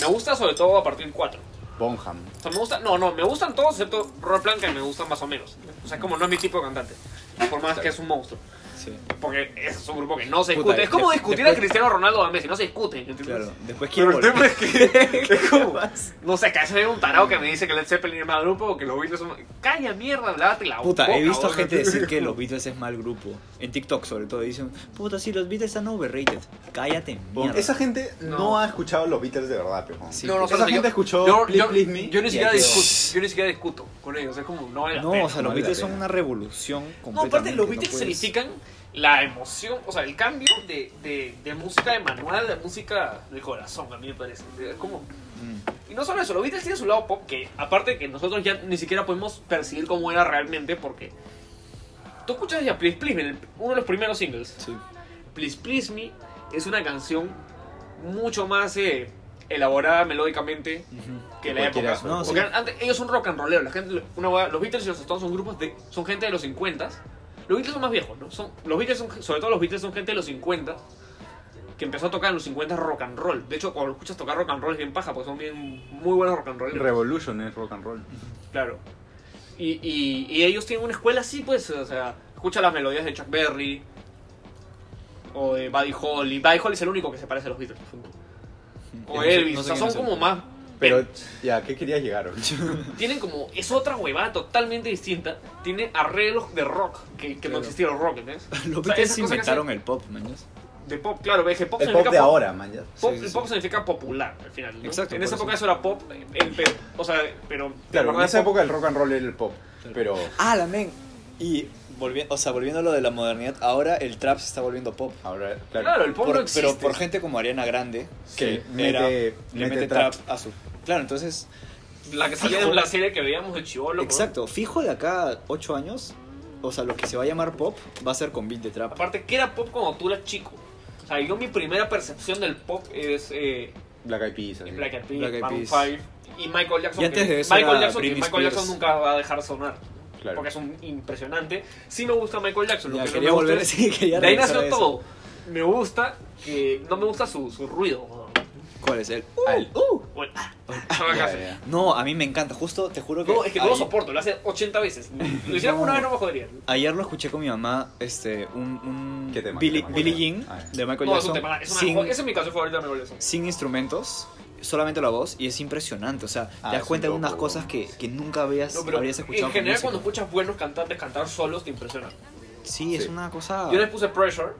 Me gusta sobre todo a partir del 4.
Bonham.
O sea, me gusta, no, no, me gustan todos excepto Rob Plant, que me gustan más o menos. O sea, como no es mi tipo de cantante, por más que es un monstruo.
Sí.
Porque es un grupo que no se
Puta,
discute. es como
de-
discutir
después-
a Cristiano Ronaldo o a Messi, no se discute. ¿entiendes?
Claro. Después quiero
Pero el tema
volver.
es
[LAUGHS]
que es como, no sé, que a veces hay un tarado que me dice que Led Zeppelin es mal grupo o que los Beatles son Calla mierda, lávate la
Puta,
boca,
he visto a
boludo.
gente decir [LAUGHS] que los Beatles es mal grupo. En TikTok sobre todo dicen, puta, sí, los Beatles están overrated. Cállate,
Bon-
mierda.
Esa gente no.
No.
ha escuchado los Beatles de verdad, pero.
Sí.
[LAUGHS] No, no,
Esa
solo
gente
yo-
escuchó
yo,
Please
yo-
Please Me
Yo
y
ni siquiera
ahí quedó.
discuto, yo ni siquiera discuto con ellos, es como no vale la
No,
pena.
o sea, los
no vale la
Beatles son
pena.
una revolución
No,
completa.
aparte los Beatles significan la emoción, o sea, el cambio de, de, de música de manual a música de corazón, a mí me parece. Es como Y no solo eso, los Beatles tienen su lado pop que, aparte de que nosotros ya ni siquiera podemos percibir cómo era realmente, porque tú escuchas ya Please Please Me, el- uno de los primeros singles.
Sí.
Please Please Me es una canción mucho más eh, elaborada melódicamente que la
Cualquiera.
época.
No,
Porque
sí.
antes, ellos son rock and rollero, la gente, una hueá- los Beatles y los Stones son grupos de, son gente de los 50 los Beatles son más viejos, ¿no? Son, los Beatles son, sobre todo los Beatles son gente de los 50 que empezó a tocar en los 50 rock and roll. De hecho, cuando escuchas tocar rock and roll es bien paja, porque son bien muy buenos rock and roll.
Revolution es rock and roll.
Claro. Y, y, y ellos tienen una escuela así, pues, o sea, escucha las melodías de Chuck Berry o de Buddy Holly. Buddy Holly es el único que se parece a los Beatles. O
No sé-
Elvis,
no sé
o sea,
quién es
son
el-
como más...
Pero, ya, ¿qué querías llegar?
Tienen como... Es otra huevada totalmente distinta. Tiene arreglos de rock, que, que no
Claro.
existía el rock, ¿entiendes?
[LAUGHS] Los
sea,
Beatles
esas cosas que
inventaron
hacen-
el pop, mañas.
De pop, claro, es que pop
El
significa
pop de ahora, man. ya.
Pop,
Sí, sí,
el pop
sí.
significa popular al final. ¿no?
Exacto,
En
por
esa
eso.
época eso era pop, eh, el pe- o sea, pero.
Claro, en
¿verdad?
esa
Pop-
época el rock and roll era el pop. Pero.
Ah, la men. Y volviendo, o sea, volviendo a lo de la modernidad, ahora el trap se está volviendo pop.
Ahora, claro.
Claro, el pop
Por-
no existe.
pero por gente como Ariana Grande, que
Que mete-
era-
mete
le mete
trap.
trap. a su. Claro, entonces,
La que salía de
Fijo.
la serie que veíamos de Chivolo.
exacto, fijo de acá 8 años, o sea, lo que se va a llamar pop va a ser con beat de trap.
Aparte, ¿qué era pop cuando tú eras chico? O sea, yo mi primera percepción del pop es eh,
Black Eyed Peas. así.
Black Eyed Peas,
Black Eyed
Maroon
Peas.
5 y Michael Jackson.
Y antes
que-
de eso
Michael
era
Jackson, que
Britney
Michael
Spears.
Jackson nunca va a dejar sonar.
Claro.
porque es un impresionante. Sí me gusta Michael Jackson, lo
Ya,
que no
quería
me gusta
volver, [LAUGHS]
es-
sí, quería
De ahí
regresar
nació
a eso.
todo. Me gusta que no me gusta su, su ruido.
¿Cuál es él?
Uh,
Ah, el-
O el- [LAUGHS] No me
Ya,
hace.
ya.
No, a mí me encanta, justo te juro que.
No, es que no lo
ahí-
soporto, lo hace 80 veces. Lo hiciera
No.
una vez no me jodería.
Ayer lo escuché con mi mamá, este, un, un
¿Qué tema?
Billie,
¿Qué tema?
Billie
¿Qué
Jean
tema? Ah, ya.
de Michael
No, es un
Jackson
tema. Es una
sin,
jo- Esa es mi canción favorita de Michael Jackson.
sin instrumentos, solamente la voz y es impresionante, o sea,
Ah,
te das
es un
cuenta de
loco,
unas
weón.
cosas que, que nunca habías,
No, pero en
habrías escuchado.
general
con
cuando
música.
escuchas buenos cantantes cantar solos te impresiona.
Sí, es
Sí.
una cosa.
Yo les puse Pressure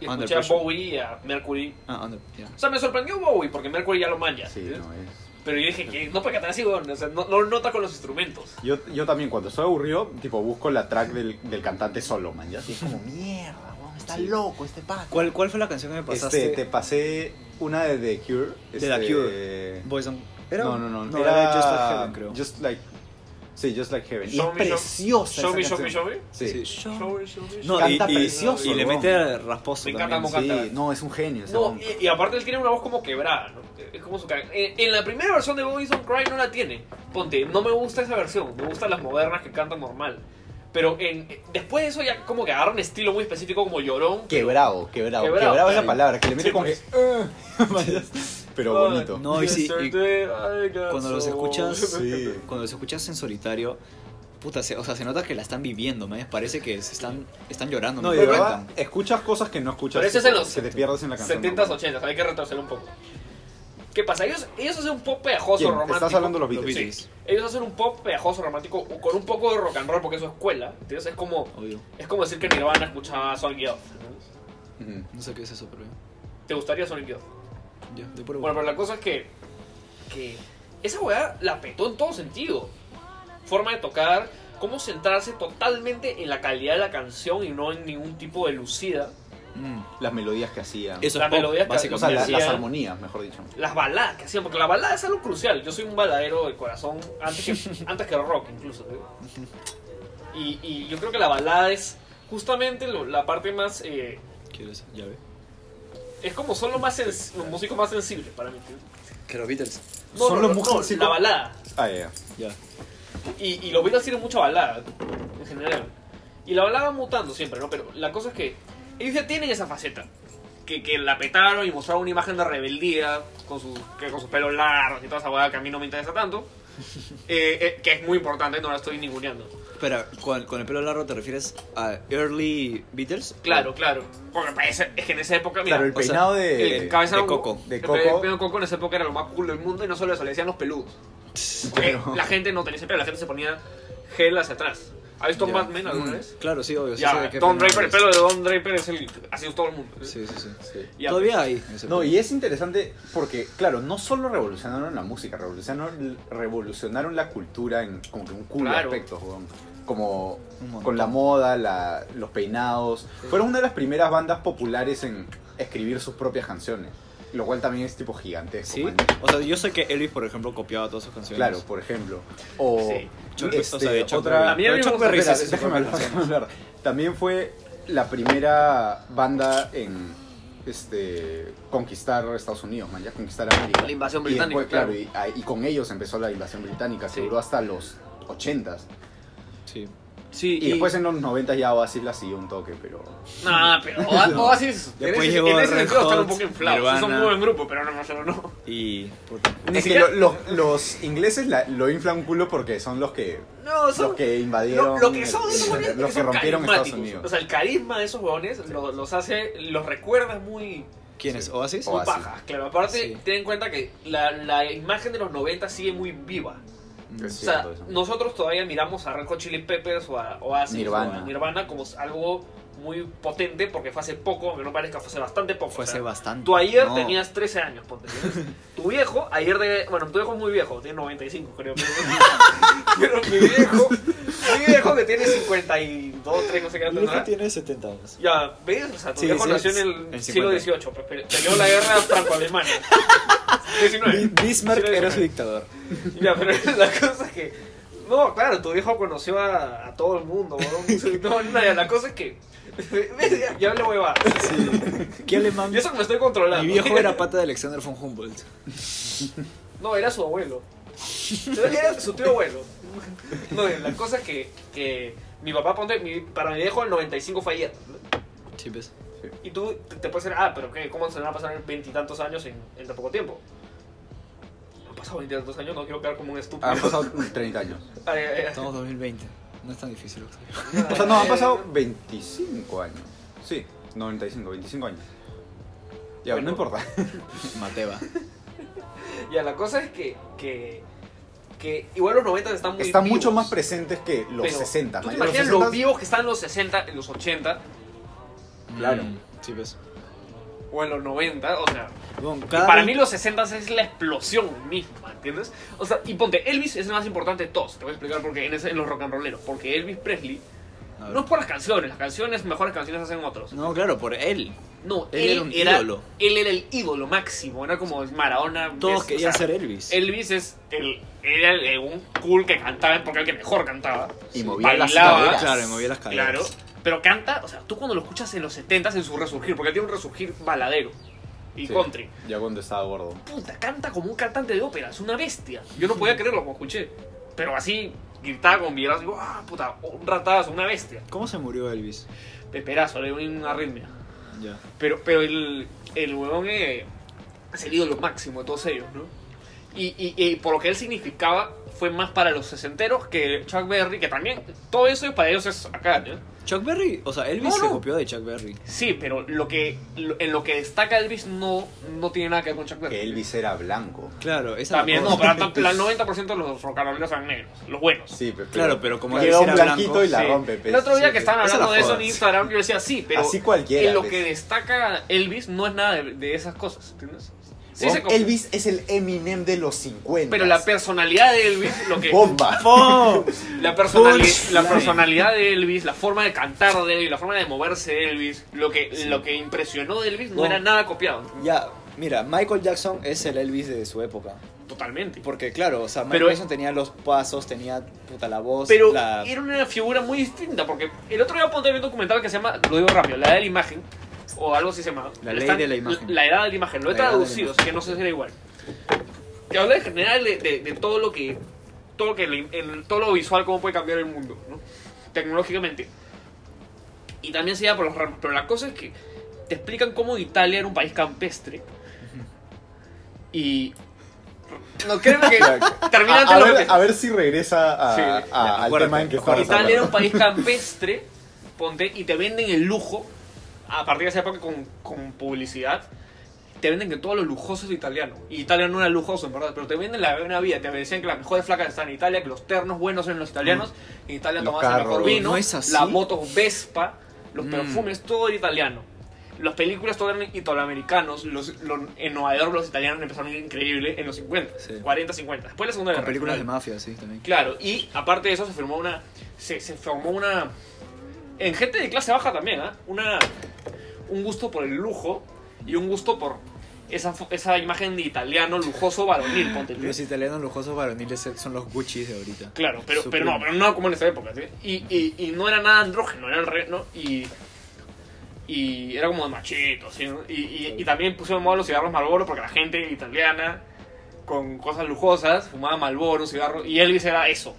y
Under
escuché a
Ah. Pressure.
Bowie y a Mercury.
Ah, anda, ya.
O sea, me sorprendió Bowie porque Mercury ya lo manja.
Sí,
¿entiendes?
no, es...
Pero yo dije que no puede cantar así, weón. O sea, no, no lo nota con los instrumentos.
Yo, yo también cuando estoy aburrido, tipo, busco la track del, del cantante solo, man. Ya Este, así es como,
Mm.
mierda, weón, está loco este pato.
¿Cuál, ¿Cuál fue la canción que me pasaste?
Este, te pasé una de The Cure.
De
este,
The Cure. Boys on... ¿Era?
No, no, no.
No, era, Just Like Heaven, creo.
Just Like... Sí, Just Like Heaven. Y
Show
es
me, show-
preciosa
Show
esa
me, show me,
canción.
show me.
Sí.
Sí.
Show me, show me, show
No,
me.
y,
Canta
y-
precioso,
y le
weón.
mete rasposo
Me encanta
también.
cómo
sí.
Sí,
canta.
no, es un genio. ese
No,
man.
y, y aparte él tiene una voz como quebrada, ¿no? Es como su cara. Eh, En, en la primera versión de Boys Don't Cry no la tiene. Ponte, no me gusta esa versión, me gustan las modernas que cantan normal. Pero en, eh, después de eso ya como que agarra un estilo muy específico como llorón.
Quebrado, quebrado.
Quebrado.
Quebrado es la palabra, que le mete
Sí,
como que...
pues.
"Ugh", Pero bonito.
No, y sí, y
Yesterday I got
cuando los
so- [LAUGHS]
escuchas-
Sí.
Cuando los escuchas en solitario, puta, se, o sea, se nota que la están viviendo, me parece que se están, están llorando.
No,
me
y de
encantan.
verdad, escuchas cosas que no escuchas.
Pero ese es
tipo,
en los
Que te pierdes en la canción.
70s,
¿no?
80s, hay que retroceder un poco. ¿Qué pasa? Ellos, ellos hacen un pop pegajoso
¿Quién?
romántico.
Estás hablando de los Beatles.
Los Beatles.
Sí. Ellos hacen un pop pegajoso romántico con un poco de rock and roll porque eso es escuela. Entonces es como,
Obvio.
es como decir que Nirvana escuchaba Sonic Youth. ¿no?
Ujú.
No sé qué es eso, pero
¿Te gustaría Sonic Youth?
ya, de por
Bueno, pero la cosa es que, que esa weá la petó en todo sentido. Forma de tocar, cómo centrarse totalmente en la calidad de la canción y no en ningún tipo de lucida.
Mm.
Las melodías que hacía.
Eso
La
es pop,
melodía que-
O
básicamente.
sea, la-
hacía-
las armonías, mejor dicho.
Las baladas que hacían, porque la balada es algo crucial. Yo soy un baladero de corazón antes que, antes que rock incluso. ¿eh? Y, y yo creo que la balada es justamente lo- la parte más... eh,
¿Quieres? Ya ve.
es como son los, más sens- los músicos más sensibles para mí. ¿entiendes?
Que los Beatles.
No,
Son
no,
los
no, no,
músicos-
la balada.
Ah, ya.
Ya.
Y, y los Beatles tienen mucha balada, en general. Y la balada va mutando siempre, ¿no? Pero la cosa es que ellos ya tienen esa faceta. Que, que la petaron y mostraron una imagen de rebeldía con sus, que con sus pelos largos y toda esa hueá que a mí no me interesa tanto. eh, eh, que es muy importante, no la estoy ninguneando.
Espera, ¿con, con el pelo largo te refieres a early Beatles?
Claro, claro. Porque para esa- es que en esa época, mira,
Claro, el
o sea,
peinado de.
el cabeza
de Coco.
De
el
Coco.
pe- pelo de coco en esa época era lo más cool del mundo y no solo eso, le decían los
[LAUGHS]
peludos. Porque
Claro.
la gente no tenía ese pelo, la gente se ponía gel hacia atrás. ¿Has visto
Ya.
Batman alguna
Mm,
vez?
Claro, sí, obvio. sí sé de
Ya,
qué
Don
pelo
Draper, el
es.
pelo de Don Draper es el. Así es todo el mundo.
Sí, sí, sí.
Sí.
Ya, pues.
Todavía hay. ese
No,
pelo.
y es interesante porque, claro, no solo revolucionaron la música, revolucionaron, revolucionaron la cultura en como que un culo de
Claro.
aspectos, weón. Como
Un montón.
con la moda, la- los peinados. Fueron una de las primeras bandas populares en escribir sus propias canciones, lo cual también es tipo gigantesco.
¿Sí?
man.
O sea, yo sé que Elvis, por ejemplo, copiaba todas sus canciones.
Claro, por ejemplo. O,
Sí.
Chuck-
este,
o sea, de Chuck
otra,
Berry.
A mí me
Pero Chuck
gusta-
Berry sí
Espera,
hace sus
déjame
propias
hablar, déjame hablar. También fue la primera banda en este conquistar Estados Unidos, man, ya conquistar América.
La invasión
Y después,
británica,
claro, y, ah, y con ellos empezó la invasión británica, que
Sí.
duró hasta los 80s.
canciones. Sí.
Sí,
Y, después en los 90 ya Oasis la siguió un toque, pero...
Nah, pero O- Oasis.
Después
en ese-
llegó
En ese
Red
sentido están un
Hot,
poco inflados. sí, Son
Nirvana.
muy buen grupo, pero no, no, no. no.
Y. puta,
Ni
Es que
siquiera-
lo- los, los ingleses la- lo inflan un culo porque son los que,
No,
los que invadieron...
Lo, lo que son
el-
esos hueones es
los
que
que
son
rompieron Estados
carismáticos.
Unidos.
O sea, el carisma de esos huevones los, los hace. Los recuerdas muy.
¿Quién es? ¿Oasis?
Oasis.
Pajas, claro. Aparte,
Sí.
ten en cuenta que la, la imagen de los 90 sigue muy viva.
Mm.
Es
O sea,
cierto eso.
nosotros todavía miramos a Red Hot Chili Peppers o a Oasis
Nirvana.
o a Nirvana como algo muy potente porque fue hace poco, aunque no parezca, fue hace bastante poco.
Fue
o sea,
hace bastante.
Tú ayer
No.
tenías 13 años, ponte. ¿sí?
[LAUGHS]
Tu viejo, ayer de... Bueno, tu viejo es muy viejo, tiene 95 creo. Pero,
[LAUGHS]
pero mi viejo, mi viejo que tiene 52, 3, no sé qué edad
Mi hijo
tendrá.
tiene 70 años.
Ya, ¿ves? O sea, tu
Sí,
viejo
sí,
nació en
en
el
50.
siglo XVIII, pe- pe- peleó la guerra
[LAUGHS]
franco-alemana. 19.
Bismarck
Siglo
era su
XIX.
dictador.
[LAUGHS] Ya, pero la cosa es que. No, claro, tu viejo conoció a, a todo el mundo,
[LAUGHS]
weón. No, nada, la cosa es que. [LAUGHS] Ya, ya le hueva.
¿Qué alemán?
Y eso que me estoy controlando.
Mi viejo era pata de Alexander von Humboldt.
No, era su abuelo. Era su tío abuelo. No, la cosa es que, que mi papá, ponte, mi- para mi viejo el 95 fue ayer.
Sí, ves.
Y tú te, te puedes decir, ah, pero ¿qué? ¿Cómo se van a pasar veintitantos años en, en tan poco tiempo? Han pasado veintitantos años, no quiero quedar como un estúpido.
Han pasado 30 años.
[LAUGHS] Ay, ay, ay.
Estamos 2020. No es tan difícil, Octavio. [LAUGHS]
O sea, no, han pasado 25 Eh, años. Sí, 95, 25 años. Ya,
Bueno. eh,
no importa. [LAUGHS]
Mateba.
Ya, la cosa es que, que, que igual los 90 están muy
Están
vivos.
mucho más presentes que los
Pero,
60.
¿Tú te
man.
imaginas
los
los
60
vivos que están en los 60, en los 80
Claro.
Mm, Sí, ves.
o en los 90? O sea,
Bueno,
Y
cada
para
vein-
mí los 60 es la explosión misma, ¿entiendes? O sea, y ponte, Elvis es el más importante de todos. Te voy a explicar por qué en, ese- en los rock and rolleros. Porque Elvis Presley,
A ver.
no es por las canciones, las canciones, mejores canciones hacen otros.
No, claro, por él.
No,
Él
él,
era un
era,
ídolo.
Él era el ídolo máximo, era como Maradona. es-
Todos
o
querían
sea,
ser Elvis.
Elvis es el, era el- el- un cool que cantaba porque era el que mejor cantaba.
Y movía las
Bailaba.
caderas.
Claro, me movía las caderas.
Claro. Pero canta, o sea, tú cuando lo escuchas en los 70s en su resurgir, porque él tiene un resurgir baladero y
Sí,
country.
Ya cuando estaba gordo.
puta, canta como un cantante de ópera, es una bestia. Yo no podía creerlo como escuché. Pero así, gritaba con violas, digo, ah, puta, un ratazo, una bestia.
¿Cómo se murió Elvis?
Peperazo, le dio una arritmia.
Ya.
Pero, pero el, el huevón eh, es el ídolo máximo de todos ellos, ¿no? Y, y- y por lo que él significaba, fue más para los sesenteros que Chuck Berry, que también, todo eso para ellos es acá, ¿no?
Chuck Berry, o sea, Elvis
No,
se
no.
copió de Chuck Berry.
Sí, pero lo que, lo- en lo que destaca Elvis no, no tiene nada que ver con Chuck Berry.
Que Elvis era blanco.
Claro, esa
También,
es la
no,
cosa.
pero el
[LAUGHS]
90% de los rocaroleros eran negros, los buenos.
Sí, pero.
Claro, pero como
Llega
Elvis
un
era
blanquito
blanco,
y la
Sí.
rompe. pues.
El otro día
Sí,
que estaban
esa la
hablando de eso
jodas.
en Instagram, yo decía, sí, pero
Así cualquiera,
en lo
pues.
que destaca Elvis no es nada de, de esas cosas, ¿entiendes? Sí,
Weón,
se com-
Oh, Elvis es el Eminem de los 50.
pero la personalidad de Elvis, lo que [LAUGHS]
Bomba.
¡Oh!
la, personali-
Punch.
la personalidad de Elvis, la forma de cantar de Elvis, la forma de moverse de Elvis, lo que lo que impresionó de Elvis no,
No.
era nada copiado,
[LAUGHS] Ya, mira, Michael Jackson es el Elvis de su época.
totalmente.
Porque, claro, o sea, Michael
Pero-
Jackson tenía los pasos, tenía puta la voz.
Pero
la...
era una figura muy distinta, porque el otro día ponte a ver un documental que se llama, lo digo rápido, La Edad de la Imagen, o algo así se llama.
La Ley
Están-
de la Imagen.
La Edad de la Imagen, lo he
La Edad de la
traducido, así que no sé si era igual. Que habla en general de, de- de todo lo que, todo lo, que le- el- todo lo visual, cómo puede cambiar el mundo, ¿no? tecnológicamente. Y también se lleva por los raros. Pero la cosa es que te explican cómo Italia era un país campestre. Y... No creo
[LAUGHS]
que...
A,
Termina
a
lo
ver,
que-
a ver si regresa a,
Sí.
a- al
Acuérdate,
tema en que
acuérdate.
estamos
Italia era un
hablando.
país campestre, ponte, y te venden el lujo, a partir de esa época con, con publicidad, te venden que todo lo lujoso es italiano. Y Italia no era lujoso, en verdad, pero te venden la buena vida, te decían que las mejores flacas estaban en Italia, que los ternos buenos eran los italianos,
Mm.
que en Italia
Los
tomabas el mejor
carros.
vino,
¿No es así?
las motos Vespa, los
Mm.
perfumes, todo era italiano. Las películas todo eran italoamericanos, los, los, en Nueva York los italianos empezaron a ir increíble en los 50,
Sí.
40, 50, después de la Segunda
Con
Guerra
películas de
Mundial.
mafia, sí, también.
Claro, y aparte de eso se firmó una. Se, se formó una. En gente de clase baja también, ¿ah? Una. Un gusto por el lujo y un gusto por esa, fo- esa imagen de italiano lujoso varonil, ponte tú.
Los italianos lujosos varoniles son los Gucci de ahorita.
Claro, pero, pero
Supreme.
no, pero no como en esa época, ¿sí? Y, y, y no era nada andrógeno, era el re, ¿no? Y. Y era como de machito, ¿sí? ¿no? Y, y, y también pusieron de moda los cigarros Marlboro porque la gente italiana, con cosas lujosas, fumaba Marlboro, cigarro, y Elvis era eso.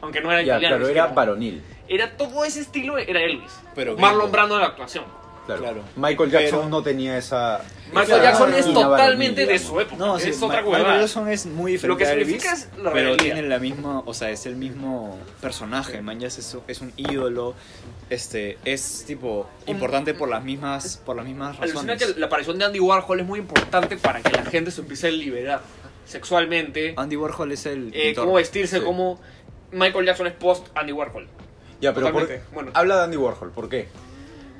Aunque no era
Ya,
italiano.
claro,
ni
era
siquiera.
varonil.
Era todo ese estilo, era Elvis.
Pero
Marlon
gringo.
Brando de la actuación.
Claro.
Claro.
Michael Jackson
Pero-
no tenía esa.
Michael
esa
Jackson es
rutina
totalmente
varonil,
de su época.
No, sí,
es otra
Ma-
huevada.
Michael Jackson es muy diferente
Lo que
a Elvis,
significa es la
pero
rebeldía.
tienen la misma, o sea, es el mismo personaje, man, ya es, eso- es un ídolo, este, es tipo importante por las mismas, por las mismas
Alucina
razones.
que la aparición de Andy Warhol es muy importante para que la gente se empiece a liberar sexualmente,
Andy Warhol es el
eh,
pintor.
cómo vestirse,
Sí.
cómo Michael Jackson es post Andy Warhol.
Ya, pero por- Ah.
Totalmente, bueno.
habla de Andy Warhol, ¿por qué?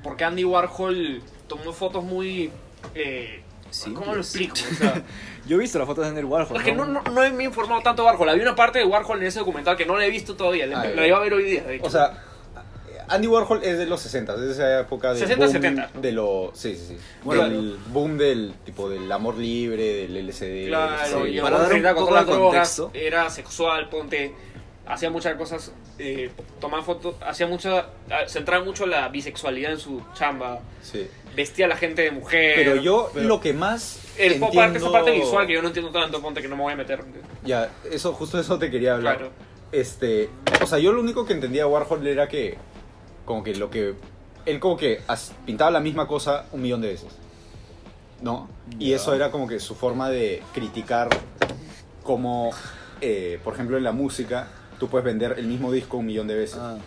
Porque Andy Warhol tomó fotos muy... eh,
Sí,
¿Cómo lo
pues.
explico? O
[LAUGHS]
sea,
Yo he visto las fotos de Andy Warhol.
es que no, no, no me he informado tanto de Warhol. Había una parte de Warhol en ese documental que no la he visto todavía. La,
Ah,
la
ya.
iba a ver hoy día, de hecho.
O sea, Andy Warhol es de los 60, es de esa época de
60,
boom
70.
de lo, sí, sí, sí.
Bueno,
del boom del tipo del amor libre, del LSD.
Claro,
sí.
y
Para
Warhol
dar un
era con
poco
todas
de
las drogas,
contexto.
Era sexual, ponte. Hacía muchas cosas. Eh, tomaba fotos. Hacía mucha. ah, Centraba mucho la bisexualidad en su chamba.
Sí.
Vestía a la gente de mujer.
Pero yo
pero-
lo que más
El
entiendo...
pop art, esa parte visual que yo no entiendo tanto, ponte que no me voy a meter.
Ya, eso justo eso te quería hablar.
Claro.
este, o sea, yo lo único que entendía de Warhol era que, como que lo que, él como que as- pintaba la misma cosa un millón de veces, ¿no? Y
Ya.
eso era como que su forma de criticar como, eh, por ejemplo, en la música, tú puedes vender el mismo disco un millón de veces
Ah,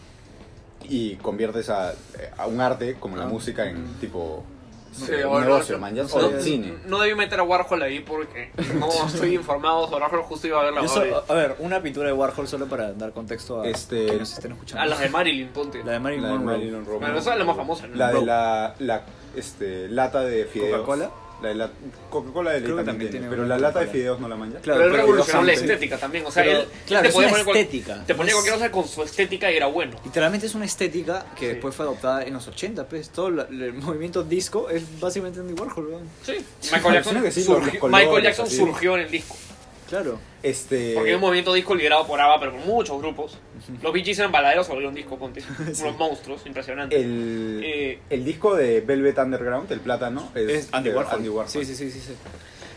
y conviertes a, a un arte como la
Ah.
música en tipo
Sí,
eh,
o
un
no,
negocio,
no,
man, ya
no
o
sabía.
cine.
No debí meter a Warhol ahí porque
[LAUGHS]
no estoy informado. sobre Warhol justo iba a ver la
yo
obra
solo- a ver, una pintura de Warhol solo para dar contexto a
Este-
quienes estén
y-
escuchando.
A las de Marilyn, ponte.
La de Marilyn
La de
Monroe.
Marilyn Monroe.
Bueno, esa es la más famosa. ¿no?
La de
Bro.
la, la este, lata de fideos.
¿Coca-Cola?
La de la Coca-Cola de ley
Creo que
también,
también
tiene,
tiene
pero
una
la lata de
Coca-Cola.
fideos no la mancha.
Claro.
Pero él
pero
revolucionó la
antes.
estética también. O sea,
Pero,
él
claro,
te
es
ponía,
una
cual-
estética.
te ponía
Es-
cualquier cosa con su estética y era bueno.
Literalmente es una estética que
Sí.
después fue adoptada en los 80, pues todo la- el movimiento disco es básicamente Andy Warhol, weón.
Sí. Michael
Alucina
Jackson,
que sí, los
surgió,
colores,
Michael Jackson
así.
surgió en el disco.
Claro.
Este,
Porque hay un movimiento disco liderado por ABBA, pero por muchos grupos. Los Bee Gees eran baladeros sobre un disco, ponte. Unos monstruos, impresionantes.
el,
Eh,
el disco de Velvet Underground, el plátano, es, de
Sí, sí, sí, sí. sí.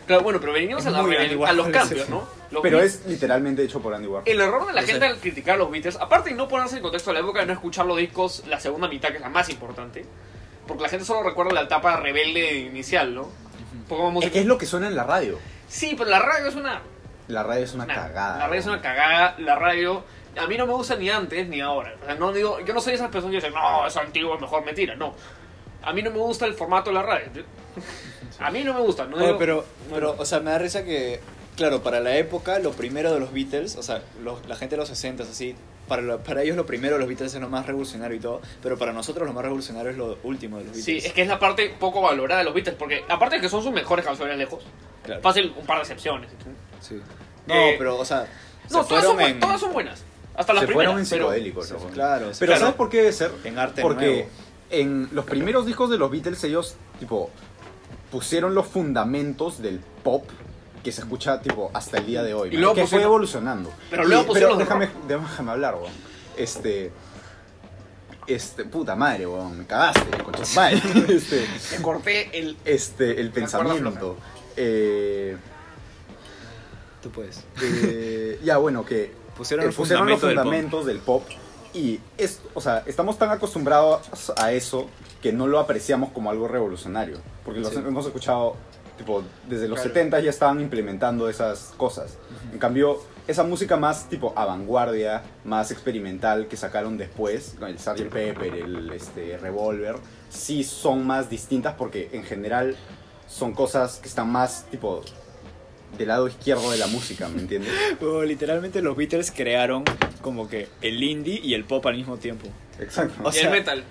Claro, bueno, pero venimos
Es
a, la-
muy Andy
a
[LAUGHS]
los
Warhol,
cambios,
sí.
¿no? Los
Pero
Beat-
es literalmente hecho por Andy Warhol.
El error de la
Lo
gente
sé.
al criticar a los Beatles, aparte de no ponerse en contexto de la época, de no escuchar los discos la segunda mitad, que es la más importante, porque la gente solo recuerda la etapa rebelde inicial, ¿no? Poco más
Es
música.
que es lo que suena en la radio.
Sí, pero la radio es una,
La radio es una,
una-
cagada.
La radio es
¿no?
una cagada, la radio a mí no me gusta ni antes ni ahora. O sea, no digo, yo no soy de esas personas que dicen, "No, es antiguo, es mejor mentira", no. A mí no me gusta el formato de la
[LAUGHS]
radio. A mí no me gusta, no
Oye,
digo-
pero, pero, o sea, me da risa que, claro, para la época, lo primero de los Beatles, o sea, los- la gente de los 60, así, para, lo- para ellos lo primero de los Beatles es lo más revolucionario y todo, pero para nosotros lo más revolucionario es lo último de los
Sí,
Beatles.
es que es la parte poco valorada de los Beatles, porque aparte de que son sus mejores canciones lejos,
Claro,
fácil un par de excepciones. ¿entiendes?
sí. No,
Eh,
pero, o sea,
No,
se
todas son,
fueron
buen-
en,
todas son buenas. Hasta las
Se
primeras.
fueron en
pero-
psicodélicos. ¿no?
claro, sí,
Pero
claro,
¿sabes por qué debe ser?
en arte
Porque
nuevo.
en los primeros discos de los Beatles ellos, tipo, pusieron los fundamentos del pop que se escucha, tipo, hasta el día de hoy.
Y
man,
luego
que fue
pusieron-
evolucionando.
pero
Y-
luego pusieron los
déjame, déjame hablar, weón. Este... Este... Puta madre, weón. Me cagaste, concha
[LAUGHS]
de madre. Este,
Te corté el.
este, el
cuerda floja.
pensamiento. Eh,
Tú puedes.
eh, ya, bueno, que
Pusieron
eh,
el
pusieron los
fundamento
fundamentos del pop. y es, o sea, estamos tan acostumbrados a eso que no lo apreciamos como algo revolucionario, porque los
Sí.
hemos escuchado tipo desde los
Claro.
70 ya estaban implementando esas cosas. En cambio, esa música más tipo avanguardia, más experimental que sacaron después, con el Sgt. Pepper, el este Revolver, sí son más distintas porque en general son cosas que están más tipo del lado izquierdo de la música, ¿me entiendes?
Huevón, [LAUGHS] literalmente los Beatles crearon como que el indie y el pop al mismo tiempo.
Exacto.
[LAUGHS] O
y
sea,
el metal.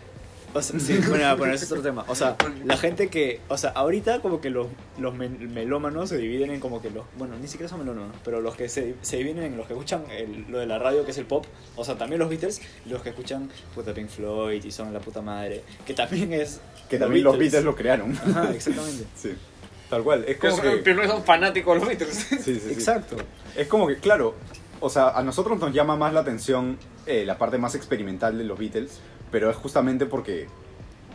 O sea, sí, bueno, pero ese es otro tema. O sea, la gente que. O sea, ahorita como que los, los men- melómanos se dividen en como que los. Bueno, ni siquiera son melómanos, pero los que se, se dividen en los que escuchan el- lo de la radio, que es el pop. O sea, también los Beatles, y los que escuchan puta Pink Floyd y son la puta madre. Que también es.
que también los Beatles lo crearon. [LAUGHS]
Ajá, exactamente.
Sí. Tal cual. Es
Que
como
son,
que.
Primero son fanáticos de los Beatles.
Sí, sí, sí.
Exacto.
Es como que, claro. O sea, a nosotros nos llama más la atención eh, la parte más experimental de los Beatles, pero es justamente porque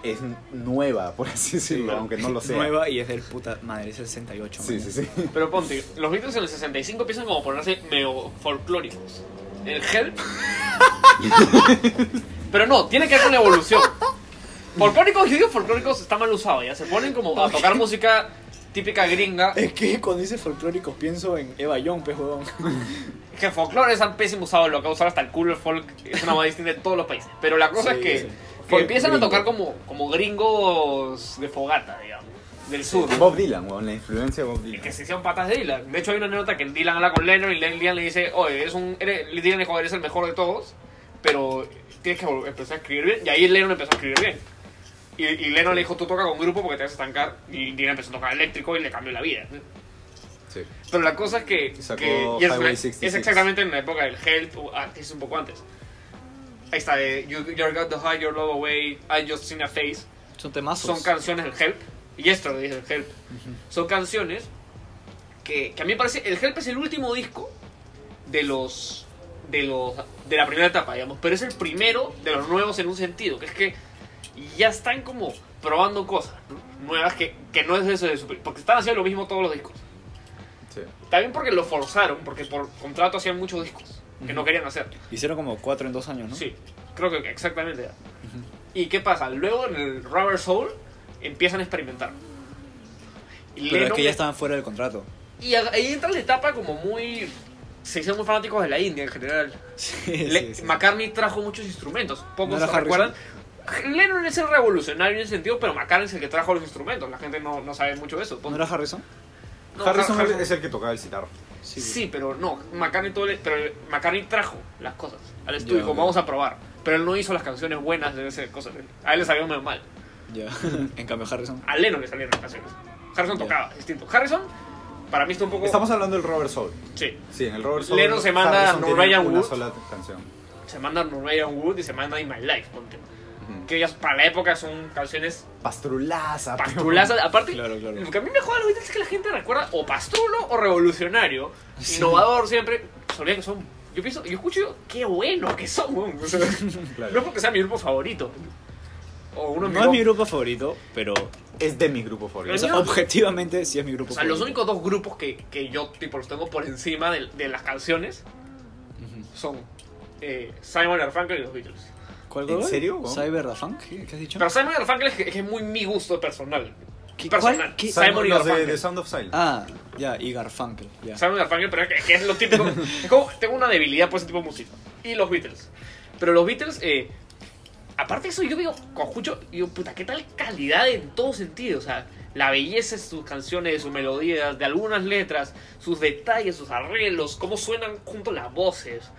es n- nueva, por así decirlo,
Claro.
aunque no lo sea.
Nueva y es del puta madre, es el 68.
Sí,
man.
sí, sí.
Pero ponte, los Beatles en el 65 empiezan como a ponerse medio folclóricos. El
[LAUGHS]
Help. pero no, tiene que ver con la evolución. Folclóricos, yo digo folclóricos, está mal usado ya. Se ponen como a tocar música típica gringa.
Es que cuando dices folclóricos pienso en Eva Young, pues, huevón.
Que folclore es tan pésimo usado, lo que usar hasta el culo el folk es una moda distinta en todos los países. Pero la cosa
Sí,
es que,
sí.
que
Folk
empiezan
gringo.
a tocar como, como gringos de fogata, digamos, del sur.
Bob Dylan, weón, la influencia de Bob Dylan.
Que se hicieron patas de Dylan. De hecho, hay una anécdota que Dylan habla con Lennon y Len- Dylan le dice: Oye, es un, eres, Dylan le dijo, eres el mejor de todos, pero tienes que vol- empezar a escribir bien. Y ahí Lennon empezó a escribir bien. Y, y Lennon le dijo: Tú toca con grupo porque te vas a estancar. Y Dylan empezó a tocar eléctrico y le cambió la vida.
Sí.
Pero la cosa es que,
Sacó
que- y es,
Highway
es
66.
exactamente en la época del Help, o ah, es un poco antes. Ahí está, de you, You're Got to Hide Your Love Away, I Just Seen a Face.
Son temazos.
Son canciones del Help, y esto lo dice el Help. Son canciones que, que a mí me parece. El Help es el último disco de los. De, los, de la primera etapa, digamos, pero es el primero de los nuevos en un sentido, que es que ya están como probando cosas ¿no? nuevas que, que no es eso de su, porque están haciendo lo mismo todos los discos.
sí.
También porque lo forzaron, porque por contrato hacían muchos discos. que no querían hacer.
Hicieron como cuatro en dos años, ¿no?
Sí, creo que exactamente. ya. ¿Y qué pasa? Luego en el Rubber Soul empiezan a experimentar. Y
Pero es
Lennon
que ya
es-
estaban fuera del contrato. [LAUGHS]
Y a- ahí entra la etapa como muy... Se hicieron muy fanáticos de la India en general.
Sí,
Le-
sí, sí.
McCartney trajo muchos instrumentos.
No
Pocos
era
se
Harrison.
recuerdan. Lennon es el revolucionario en ese sentido, pero McCartney es el que trajo los instrumentos. La gente no, no sabe mucho de eso.
¿No era Harrison?
No,
Harrison
Har-
es el que tocaba el citarro.
Sí, pero no. McCartney, todo le- pero McCartney trajo las cosas al estudio,
Ya,
como
ok.
vamos a probar. Pero él no hizo las canciones buenas de esas cosas. A él le salió medio mal.
Ya. [LAUGHS] en cambio, Harrison.
A Lennon le salieron las canciones. Harrison
Ya.
tocaba, distinto. Harrison, para mí está un poco.
Estamos hablando del Robert Soul.
Sí.
Sí, en el Robert Soul.
Lennon Oh. se manda
Harrison
No
tiene
Ryan
una
Wood.
sola canción.
Se manda Norwegian Wood y se manda In My Life, ponte.
Ujú.
Que ellas para la época son canciones
Pastrulaza. pero-
Pastrulaza, aparte,
[LAUGHS] Claro, claro.
lo que a mí me joda ahorita es que la gente recuerda o pastrulo o revolucionario, innovador siempre, se olvida que son, yo pienso, yo escucho, qué bueno que son, [LAUGHS] weón. O sea,
Claro.
no es porque sea mi grupo favorito, o uno de
No es mi
mis grupos-
grupo favorito, pero
Es de mi grupo
o
favorito.
sea, objetivamente eh, sí es mi grupo
o sea,
favorito.
los únicos dos grupos que, que yo tipo los tengo por encima de, de las canciones
Ujú.
son eh, Simon Garfunkel y los Beatles.
¿Cuál,
¿En
cuál?
serio?
¿Cyber Da Funk? ¿Qué qué has dicho?
Pero Simon Garfunkel es que, es que es muy mi gusto personal.
¿Qué-
personal.
cuál? ¿Qué?
Simon, y
los de
Garfunkel.
The Sound of Silence.
Ah, ya, y Garfunkel. Ya.
Simon Garfunkel, pero es que es lo típico. Es como, tengo una debilidad por ese tipo de música. Y los Beatles. Pero los Beatles, eh, aparte de eso, yo digo, cuando escucho, digo, puta, qué tal calidad en todo sentido. O sea, la belleza de sus canciones, de sus melodías, de algunas letras, sus detalles, sus arreglos, cómo suenan junto las voces.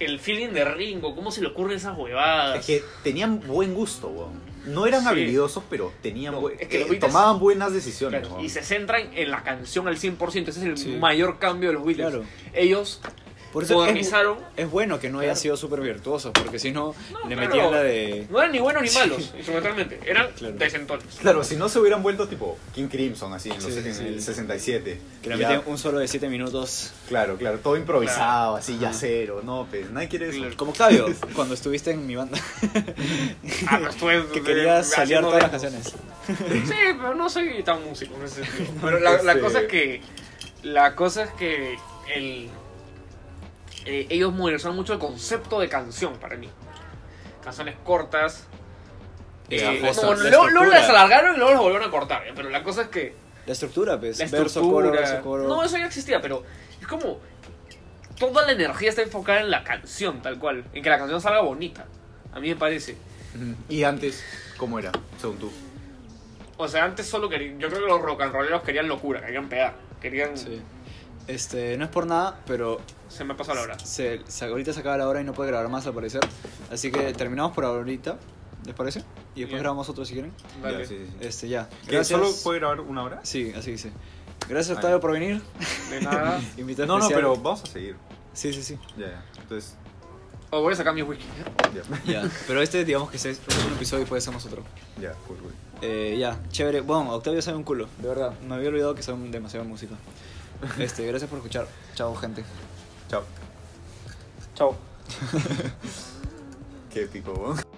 El feeling de Ringo, cómo se le ocurren esas huevadas.
Es que tenían buen gusto, weón. No eran
Sí.
habilidosos, pero tenían
No,
buen-
es que
eh,
los Beatles-
tomaban buenas decisiones,
Claro,
weón.
y se centran en la canción al 100%. Ese es el
Sí.
mayor cambio de los Beatles.
Claro.
Ellos
Por eso es,
modernizaron.
es bueno que no haya
Claro.
sido súper virtuoso, porque si no, le
claro.
metían la de...
No eran ni buenos ni malos, instrumentalmente. Eran
Claro. [LAUGHS]
desentones.
Claro, si no se hubieran vuelto tipo King Crimson, así en, los,
Sí, sí,
en
sí.
el 67.
Que le
Ya,
metían un solo de 7 minutos.
Claro, claro, todo improvisado, así ya cero. No, pues nadie quiere eso.
Claro.
Como
[LAUGHS]
Cabio, cuando estuviste en mi banda,
Ah, pero estuve-
que querías salir
haciendo
todas las
versos.
canciones.
Sí, pero no soy tan músico en ese sentido.
[LAUGHS]
Pero la, la
Este-
cosa es que. La cosa es que. El, eh, ellos modernizaron mucho el concepto de canción para mí. Canciones cortas.
Y
eh,
la cosa, la
no, luego- luego
estructura.
las alargaron y luego las volvieron a cortar. eh, Pero la cosa es que.
La estructura, pues.
la
verso,
estructura.
coro, verso, coro.
No, eso ya existía, pero es como toda la energía está enfocada en la canción, tal cual, en que la canción salga bonita. A mí me parece.
Ujú. Y antes, ¿cómo era, según tú?
O sea, antes solo querían, yo creo que los rock and rolleros querían locura, querían pegar, querían
Sí. Este, no es por nada, pero
se me pasó la hora.
se, se- ahorita se acaba la hora y no puede grabar más al parecer. Así que terminamos por ahorita, ¿les parece? Y después
Bien.
grabamos otro si quieren.
Dale.
Ya, sí, sí, sí.
Este, ya.
¿Que
Gracias.
¿Solo puede grabar una hora?
Sí, así dice. Gracias,
Ahí.
Octavio, por venir.
De
[LAUGHS]
nada.
Invitado
No, no,
especial.
pero vamos a seguir.
Sí, sí, sí.
Ya, ya. Entonces,
O Oh, voy a sacar mi whisky.
ya. [LAUGHS]
Ya. pero este, digamos que es un episodio y después hacemos otro.
ya, cool, cool.
Eh, ya, chévere. Bueno, Octavio sabe un culo, de verdad. Me había olvidado que saben demasiada música. Este, gracias por escuchar. Chao, gente.
Chao.
Chao.
[LAUGHS] Qué épico, weón.